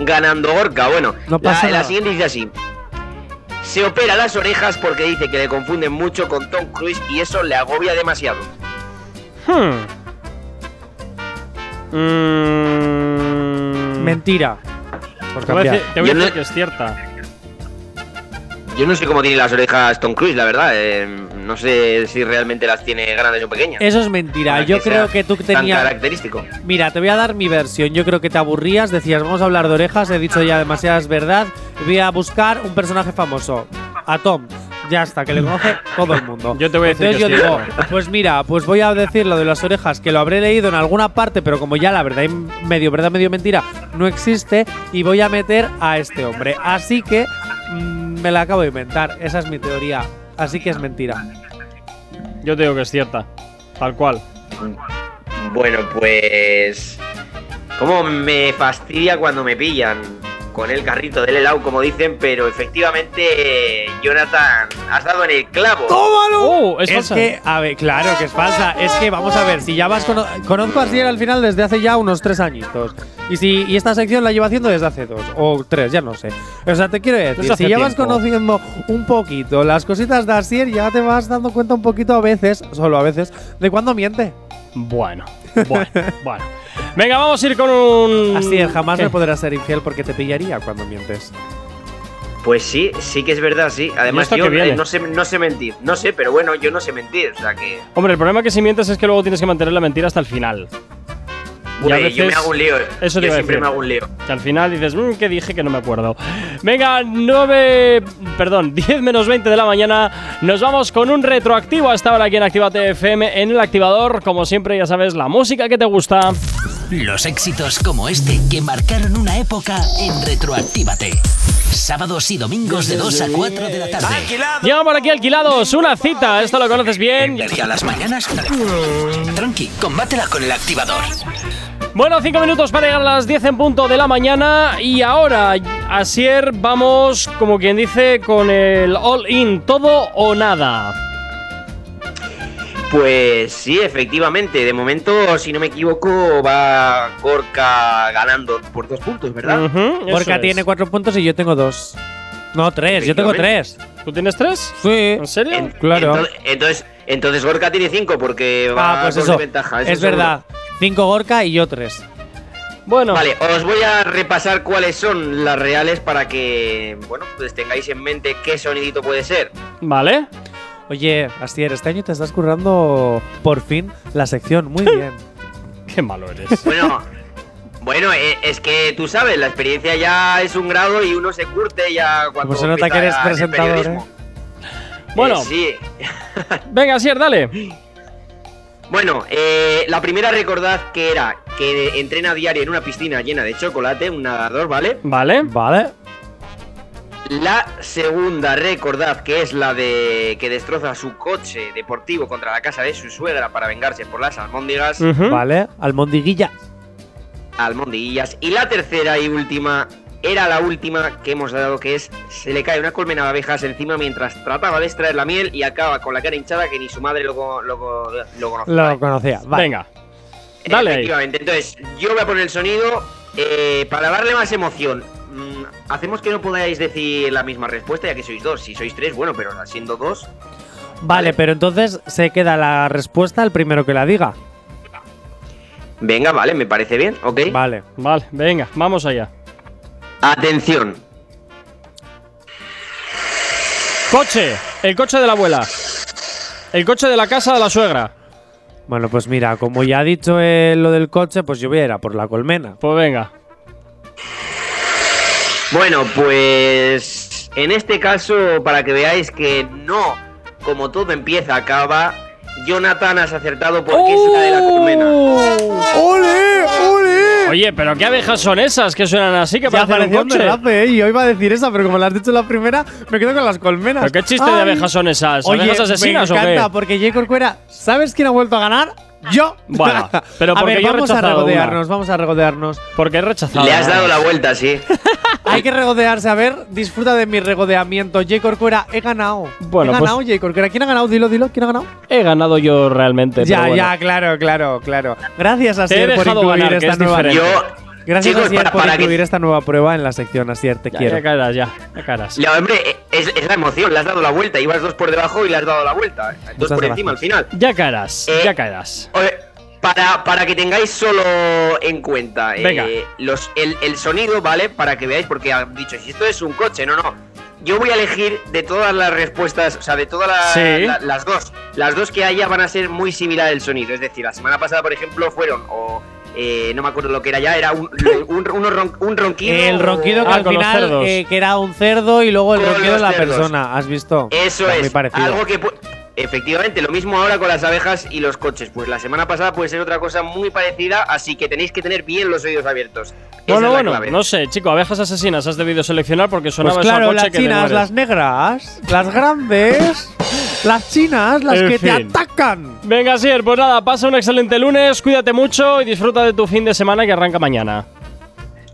[SPEAKER 13] ganando Gorka. Bueno,
[SPEAKER 3] No pasa
[SPEAKER 13] la, la
[SPEAKER 3] nada.
[SPEAKER 13] siguiente dice así. Se opera las orejas porque dice que le confunden mucho con Tom Cruise y eso le agobia demasiado.
[SPEAKER 2] Hmm. Mm.
[SPEAKER 3] Mentira. Por
[SPEAKER 2] Te voy a
[SPEAKER 3] cambiar.
[SPEAKER 2] decir- te voy a
[SPEAKER 13] Yo
[SPEAKER 2] decir
[SPEAKER 13] no-
[SPEAKER 2] que es cierta.
[SPEAKER 13] Yo no sé cómo tiene las orejas Tom Cruise, la verdad. eh, no sé si realmente las tiene grandes o pequeñas.
[SPEAKER 3] Eso es mentira.
[SPEAKER 13] Para
[SPEAKER 3] Yo creo
[SPEAKER 13] sea
[SPEAKER 3] que tú
[SPEAKER 13] Tan
[SPEAKER 3] tenías.
[SPEAKER 13] característico.
[SPEAKER 3] Mira, te voy a dar mi versión. Yo creo que te aburrías, decías, vamos a hablar de orejas, he dicho ya demasiadas verdad. Voy a buscar un personaje famoso. A Tom. Ya está, que le conoce todo el mundo.
[SPEAKER 2] Yo te voy a decir
[SPEAKER 3] Entonces
[SPEAKER 2] que es
[SPEAKER 3] yo digo,
[SPEAKER 2] cierto.
[SPEAKER 3] pues mira, pues voy a decir lo de las orejas, que lo habré leído en alguna parte, pero como ya la verdad, y medio verdad, medio mentira, no existe, y voy a meter a este hombre. Así que mm, me la acabo de inventar. Esa es mi teoría. Así que es mentira.
[SPEAKER 2] Yo te digo que es cierta. Tal cual.
[SPEAKER 13] Bueno, pues. ¿Cómo me fastidia cuando me pillan? Con el carrito del helado, como dicen, pero efectivamente, eh, Jonathan, has dado en el clavo.
[SPEAKER 2] ¡Oh! Es,
[SPEAKER 3] Es,
[SPEAKER 2] falsa.
[SPEAKER 3] que, a ver, claro que es falsa. Es que vamos a ver, si ya vas cono- conozco a Asier al final desde hace ya unos tres añitos. Y si y esta sección la llevo haciendo desde hace dos o tres, ya no sé. O sea, te quiero decir,
[SPEAKER 2] Desde hace
[SPEAKER 3] si ya vas
[SPEAKER 2] tiempo.
[SPEAKER 3] conociendo un poquito las cositas de Asier, ya te vas dando cuenta un poquito a veces, solo a veces, de cuando miente.
[SPEAKER 2] Bueno, bueno, bueno. Venga, vamos a ir con un.
[SPEAKER 3] Asier, jamás
[SPEAKER 2] ¿Qué?
[SPEAKER 3] me podrás ser infiel porque te pillaría cuando mientes.
[SPEAKER 13] Pues sí, sí que es verdad, sí. Además,
[SPEAKER 2] esto
[SPEAKER 13] yo
[SPEAKER 2] que viene?
[SPEAKER 13] eh, no, sé, no sé mentir. No sé, pero bueno, yo no sé mentir. O sea que.
[SPEAKER 2] Hombre, el problema que si mientes es que luego tienes que mantener la mentira hasta el final.
[SPEAKER 13] Uy, yo me hago un lío. eh.
[SPEAKER 2] Eso te
[SPEAKER 13] yo
[SPEAKER 2] iba a
[SPEAKER 13] siempre
[SPEAKER 2] decir.
[SPEAKER 13] me hago un lío.
[SPEAKER 2] Que al final dices, "Mm, ¿qué dije? Que no me acuerdo. Venga, 9. Perdón, 10 menos 20 de la mañana. Nos vamos con un retroactivo hasta ahora aquí en Activate FM. En el activador, como siempre, ya sabes, la música que te gusta.
[SPEAKER 1] Los éxitos como este que marcaron una época en Retroactívate. Sábados y domingos de 2 a 4 de la
[SPEAKER 13] Ah,
[SPEAKER 1] tarde.
[SPEAKER 2] Llega por aquí alquilados, una cita, esto lo conoces bien.
[SPEAKER 1] Y a las mañanas, tranqui, combátela con el activador.
[SPEAKER 2] Bueno, 5 minutos para llegar a las 10 en punto de la mañana. Y ahora, Asier, vamos, como quien dice, con el all-in, todo o nada.
[SPEAKER 13] Pues sí, efectivamente. De momento, si no me equivoco, va Gorka ganando por dos puntos,
[SPEAKER 3] Mm.
[SPEAKER 13] ¿verdad?
[SPEAKER 3] Gorka tiene cuatro puntos y yo tengo dos. No, tres. Yo tengo tres.
[SPEAKER 2] ¿Tú tienes tres?
[SPEAKER 3] Sí.
[SPEAKER 2] ¿En serio?
[SPEAKER 3] claro.
[SPEAKER 13] Entonces, entonces, entonces Gorka tiene cinco porque va
[SPEAKER 3] ah, pues
[SPEAKER 13] con
[SPEAKER 3] eso.
[SPEAKER 13] ventaja.
[SPEAKER 3] es verdad. Cinco Gorka y yo tres.
[SPEAKER 2] Bueno.
[SPEAKER 13] Vale, os voy a repasar cuáles son las reales para que, bueno, pues tengáis en mente qué sonidito puede ser.
[SPEAKER 2] Vale.
[SPEAKER 3] Oye, Astier, este año te estás currando por fin la sección. Muy bien.
[SPEAKER 2] Qué malo eres.
[SPEAKER 13] Bueno, bueno, eh, es que tú sabes, la experiencia ya es un grado y uno se curte ya cuando
[SPEAKER 3] Pues se nota
[SPEAKER 13] empieza
[SPEAKER 3] que eres
[SPEAKER 13] en el
[SPEAKER 3] presentador,
[SPEAKER 13] periodismo.
[SPEAKER 3] ¿eh?
[SPEAKER 2] Bueno.
[SPEAKER 13] Eh, sí.
[SPEAKER 2] Venga, Asier, dale.
[SPEAKER 13] Bueno, eh, la primera recordad que era que entrena a diario en una piscina llena de chocolate, un nadador, ¿vale?
[SPEAKER 2] Vale.
[SPEAKER 3] Vale.
[SPEAKER 13] La segunda recordad que es la de que destroza su coche deportivo contra la casa de su suegra para vengarse por las almóndigas,
[SPEAKER 2] Mm.
[SPEAKER 3] Vale. Almondiguilla.
[SPEAKER 13] almondiguillas. Y la tercera y última era la última que hemos dado que es se le cae una colmena de abejas encima mientras trataba de extraer la miel y acaba con la cara hinchada que ni su madre lo, co- lo co- lo conocía.
[SPEAKER 3] Lo conocía. Vale.
[SPEAKER 2] Venga. Dale ahí.
[SPEAKER 13] Efectivamente, entonces yo voy a poner el sonido eh, para darle más emoción. mm, hacemos que no podáis decir la misma respuesta ya que sois dos. Si sois tres, bueno, pero siendo dos,
[SPEAKER 3] Vale, pero entonces se queda la respuesta al primero que la diga.
[SPEAKER 13] venga, vale, me parece bien, ok.
[SPEAKER 3] Vale.
[SPEAKER 2] Vale, venga, vamos allá.
[SPEAKER 13] Atención,
[SPEAKER 2] Coche, el coche de la abuela. El coche de la casa de la suegra.
[SPEAKER 3] Bueno, pues mira, como ya ha dicho eh, lo del coche, pues yo voy a ir a por la colmena.
[SPEAKER 2] Pues venga.
[SPEAKER 13] Bueno, pues en este caso, para que veáis que no, como todo empieza, acaba, Jonathan has acertado porque
[SPEAKER 3] ¡Oh!
[SPEAKER 13] es la de la colmena.
[SPEAKER 3] ¡Ole! ¡Ole!
[SPEAKER 2] Oye, pero ¿qué abejas son esas que suenan así que parecen un
[SPEAKER 3] parecía un
[SPEAKER 2] coche?
[SPEAKER 3] derrape, ¿eh? Y Yo iba a decir esa, pero como la has dicho la primera, me quedo con las colmenas.
[SPEAKER 2] ¿Pero qué chiste de
[SPEAKER 3] Ay.
[SPEAKER 2] abejas son esas?
[SPEAKER 3] Oye,
[SPEAKER 2] ¿Abejas asesinas
[SPEAKER 3] me
[SPEAKER 2] o
[SPEAKER 3] encanta,
[SPEAKER 2] qué?
[SPEAKER 3] porque J. Corcuera, ¿sabes quién ha vuelto a ganar? ¡Yo!
[SPEAKER 2] Bueno, pero
[SPEAKER 3] a
[SPEAKER 2] porque
[SPEAKER 3] ver,
[SPEAKER 2] yo he
[SPEAKER 3] vamos a
[SPEAKER 2] rechazado
[SPEAKER 3] regodearnos, vamos a regodearnos.
[SPEAKER 2] Porque he rechazado.
[SPEAKER 13] Le has dado la vuelta, sí.
[SPEAKER 3] Hay que regodearse, a ver, disfruta de mi regodeamiento. J. Corcuera, he ganado.
[SPEAKER 2] Bueno,
[SPEAKER 3] he
[SPEAKER 2] pues-
[SPEAKER 3] ganado, J. Corcuera. ¿Quién ha ganado? Dilo, dilo, ¿quién ha ganado?
[SPEAKER 2] He ganado yo realmente.
[SPEAKER 3] ya,
[SPEAKER 2] pero bueno.
[SPEAKER 3] ya, claro, claro, claro. Gracias,
[SPEAKER 2] Te he
[SPEAKER 3] Asier, por
[SPEAKER 2] dejado
[SPEAKER 3] incluir
[SPEAKER 2] ganar, que
[SPEAKER 3] esta
[SPEAKER 2] es
[SPEAKER 3] nueva.
[SPEAKER 2] diferente.
[SPEAKER 13] Yo,
[SPEAKER 3] Gracias,
[SPEAKER 13] Chicos,
[SPEAKER 3] Asier,
[SPEAKER 13] para-
[SPEAKER 3] por
[SPEAKER 13] para que-
[SPEAKER 3] incluir esta nueva prueba en la sección. Asier, te
[SPEAKER 2] Ya,
[SPEAKER 3] quiero.
[SPEAKER 2] ya caerás, ya. Ya caerás.
[SPEAKER 13] ya, hombre, es, es la emoción, le has dado la vuelta, ibas dos por debajo y le has dado la vuelta, eh, dos
[SPEAKER 3] Muchas
[SPEAKER 13] por encima al final.
[SPEAKER 2] Ya caerás,
[SPEAKER 13] Eh,
[SPEAKER 2] ya caerás.
[SPEAKER 13] Oye, Para, para que tengáis solo en cuenta eh,
[SPEAKER 2] Venga.
[SPEAKER 13] los, el, el sonido, ¿vale? Para que veáis, porque han dicho, si esto es un coche, no, no. Yo voy a elegir de todas las respuestas, o sea, de todas la-
[SPEAKER 2] Sí.
[SPEAKER 13] la- las dos. Las dos que haya van a ser muy similares el sonido. Es decir, la semana pasada, por ejemplo, fueron, o eh, no me acuerdo lo que era ya, era un, un, unos ron- un ronquido.
[SPEAKER 3] El ronquido que
[SPEAKER 2] Ah,
[SPEAKER 3] al
[SPEAKER 2] con los
[SPEAKER 3] final
[SPEAKER 2] cerdos.
[SPEAKER 3] eh, que era un cerdo y luego el
[SPEAKER 13] Con
[SPEAKER 3] ronquido de
[SPEAKER 13] los
[SPEAKER 3] la
[SPEAKER 13] cerdos.
[SPEAKER 3] persona, ¿has visto?
[SPEAKER 13] Eso
[SPEAKER 3] Está
[SPEAKER 13] es.
[SPEAKER 3] Muy parecido.
[SPEAKER 13] Algo que pu- efectivamente, lo mismo ahora con las abejas y los coches. Pues la semana pasada puede ser otra cosa muy parecida, así que tenéis que tener bien los oídos abiertos. Esa
[SPEAKER 2] Bueno,
[SPEAKER 13] es la
[SPEAKER 2] bueno,
[SPEAKER 13] clave.
[SPEAKER 2] no sé, chico, abejas asesinas has debido seleccionar porque
[SPEAKER 3] Pues
[SPEAKER 2] sonaba esa
[SPEAKER 3] claro,
[SPEAKER 2] coche
[SPEAKER 3] las
[SPEAKER 2] que te
[SPEAKER 3] chinas,
[SPEAKER 2] mueres.
[SPEAKER 3] las negras, las grandes, las chinas, las
[SPEAKER 2] En
[SPEAKER 3] que te
[SPEAKER 2] fin.
[SPEAKER 3] atacan.
[SPEAKER 2] Venga, Sier, pues nada, pasa un excelente lunes, cuídate mucho y disfruta de tu fin de semana que arranca mañana.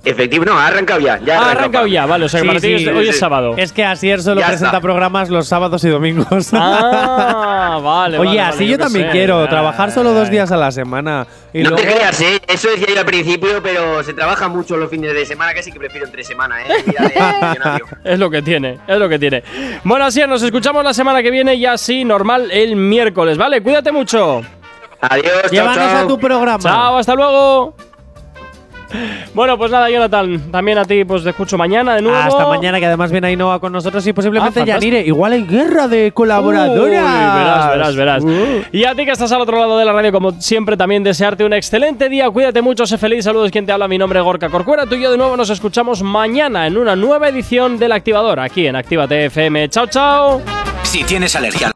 [SPEAKER 13] Efectivo, no, ha arrancado
[SPEAKER 2] Ah,
[SPEAKER 13] ya. ya ha arrancado.
[SPEAKER 2] arrancado ya, vale, o sea que
[SPEAKER 3] Sí,
[SPEAKER 2] para ti es-
[SPEAKER 3] sí,
[SPEAKER 2] hoy
[SPEAKER 13] sí,
[SPEAKER 2] es
[SPEAKER 13] sí.
[SPEAKER 2] sábado.
[SPEAKER 3] Es que Asier solo
[SPEAKER 13] Ya
[SPEAKER 3] presenta
[SPEAKER 13] está.
[SPEAKER 3] programas los sábados y domingos.
[SPEAKER 2] Ah, vale.
[SPEAKER 3] Oye,
[SPEAKER 2] vale,
[SPEAKER 3] así
[SPEAKER 2] vale,
[SPEAKER 3] yo
[SPEAKER 2] qué
[SPEAKER 3] también
[SPEAKER 2] sé.
[SPEAKER 3] quiero
[SPEAKER 2] Ay.
[SPEAKER 3] trabajar solo dos días a la semana. Y
[SPEAKER 13] No te
[SPEAKER 3] luego-
[SPEAKER 13] creas, ¿eh? eso decía yo al principio, pero se trabaja mucho los fines de semana, casi que prefiero entre semana, ¿eh? Vida de funcionario.
[SPEAKER 2] Es lo que tiene, es lo que tiene. Bueno, así es, nos escuchamos la semana que viene y así normal el miércoles, ¿vale? Cuídate mucho.
[SPEAKER 13] Adiós, chao,
[SPEAKER 3] Llévanos
[SPEAKER 13] chao.
[SPEAKER 3] a tu programa.
[SPEAKER 2] Chao, hasta luego. Bueno, pues nada, Jonathan, también a ti, pues te escucho mañana de nuevo.
[SPEAKER 3] Hasta mañana, que además viene Ainhoa con nosotros y posiblemente
[SPEAKER 2] Ah, fantástico.
[SPEAKER 3] Yanire. Igual hay guerra de
[SPEAKER 2] Uy,
[SPEAKER 3] colaboradoras.
[SPEAKER 2] verás, verás, verás.
[SPEAKER 3] Uh.
[SPEAKER 2] Y a ti que estás al otro lado de la radio, como siempre, también desearte un excelente día. Cuídate mucho, sé feliz. Saludos, quien te habla. Mi nombre es Gorka Corcuera. Tú y yo de nuevo nos escuchamos mañana en una nueva edición del Activador, aquí en Actívate FM. Chao, chao.
[SPEAKER 1] Si tienes alergia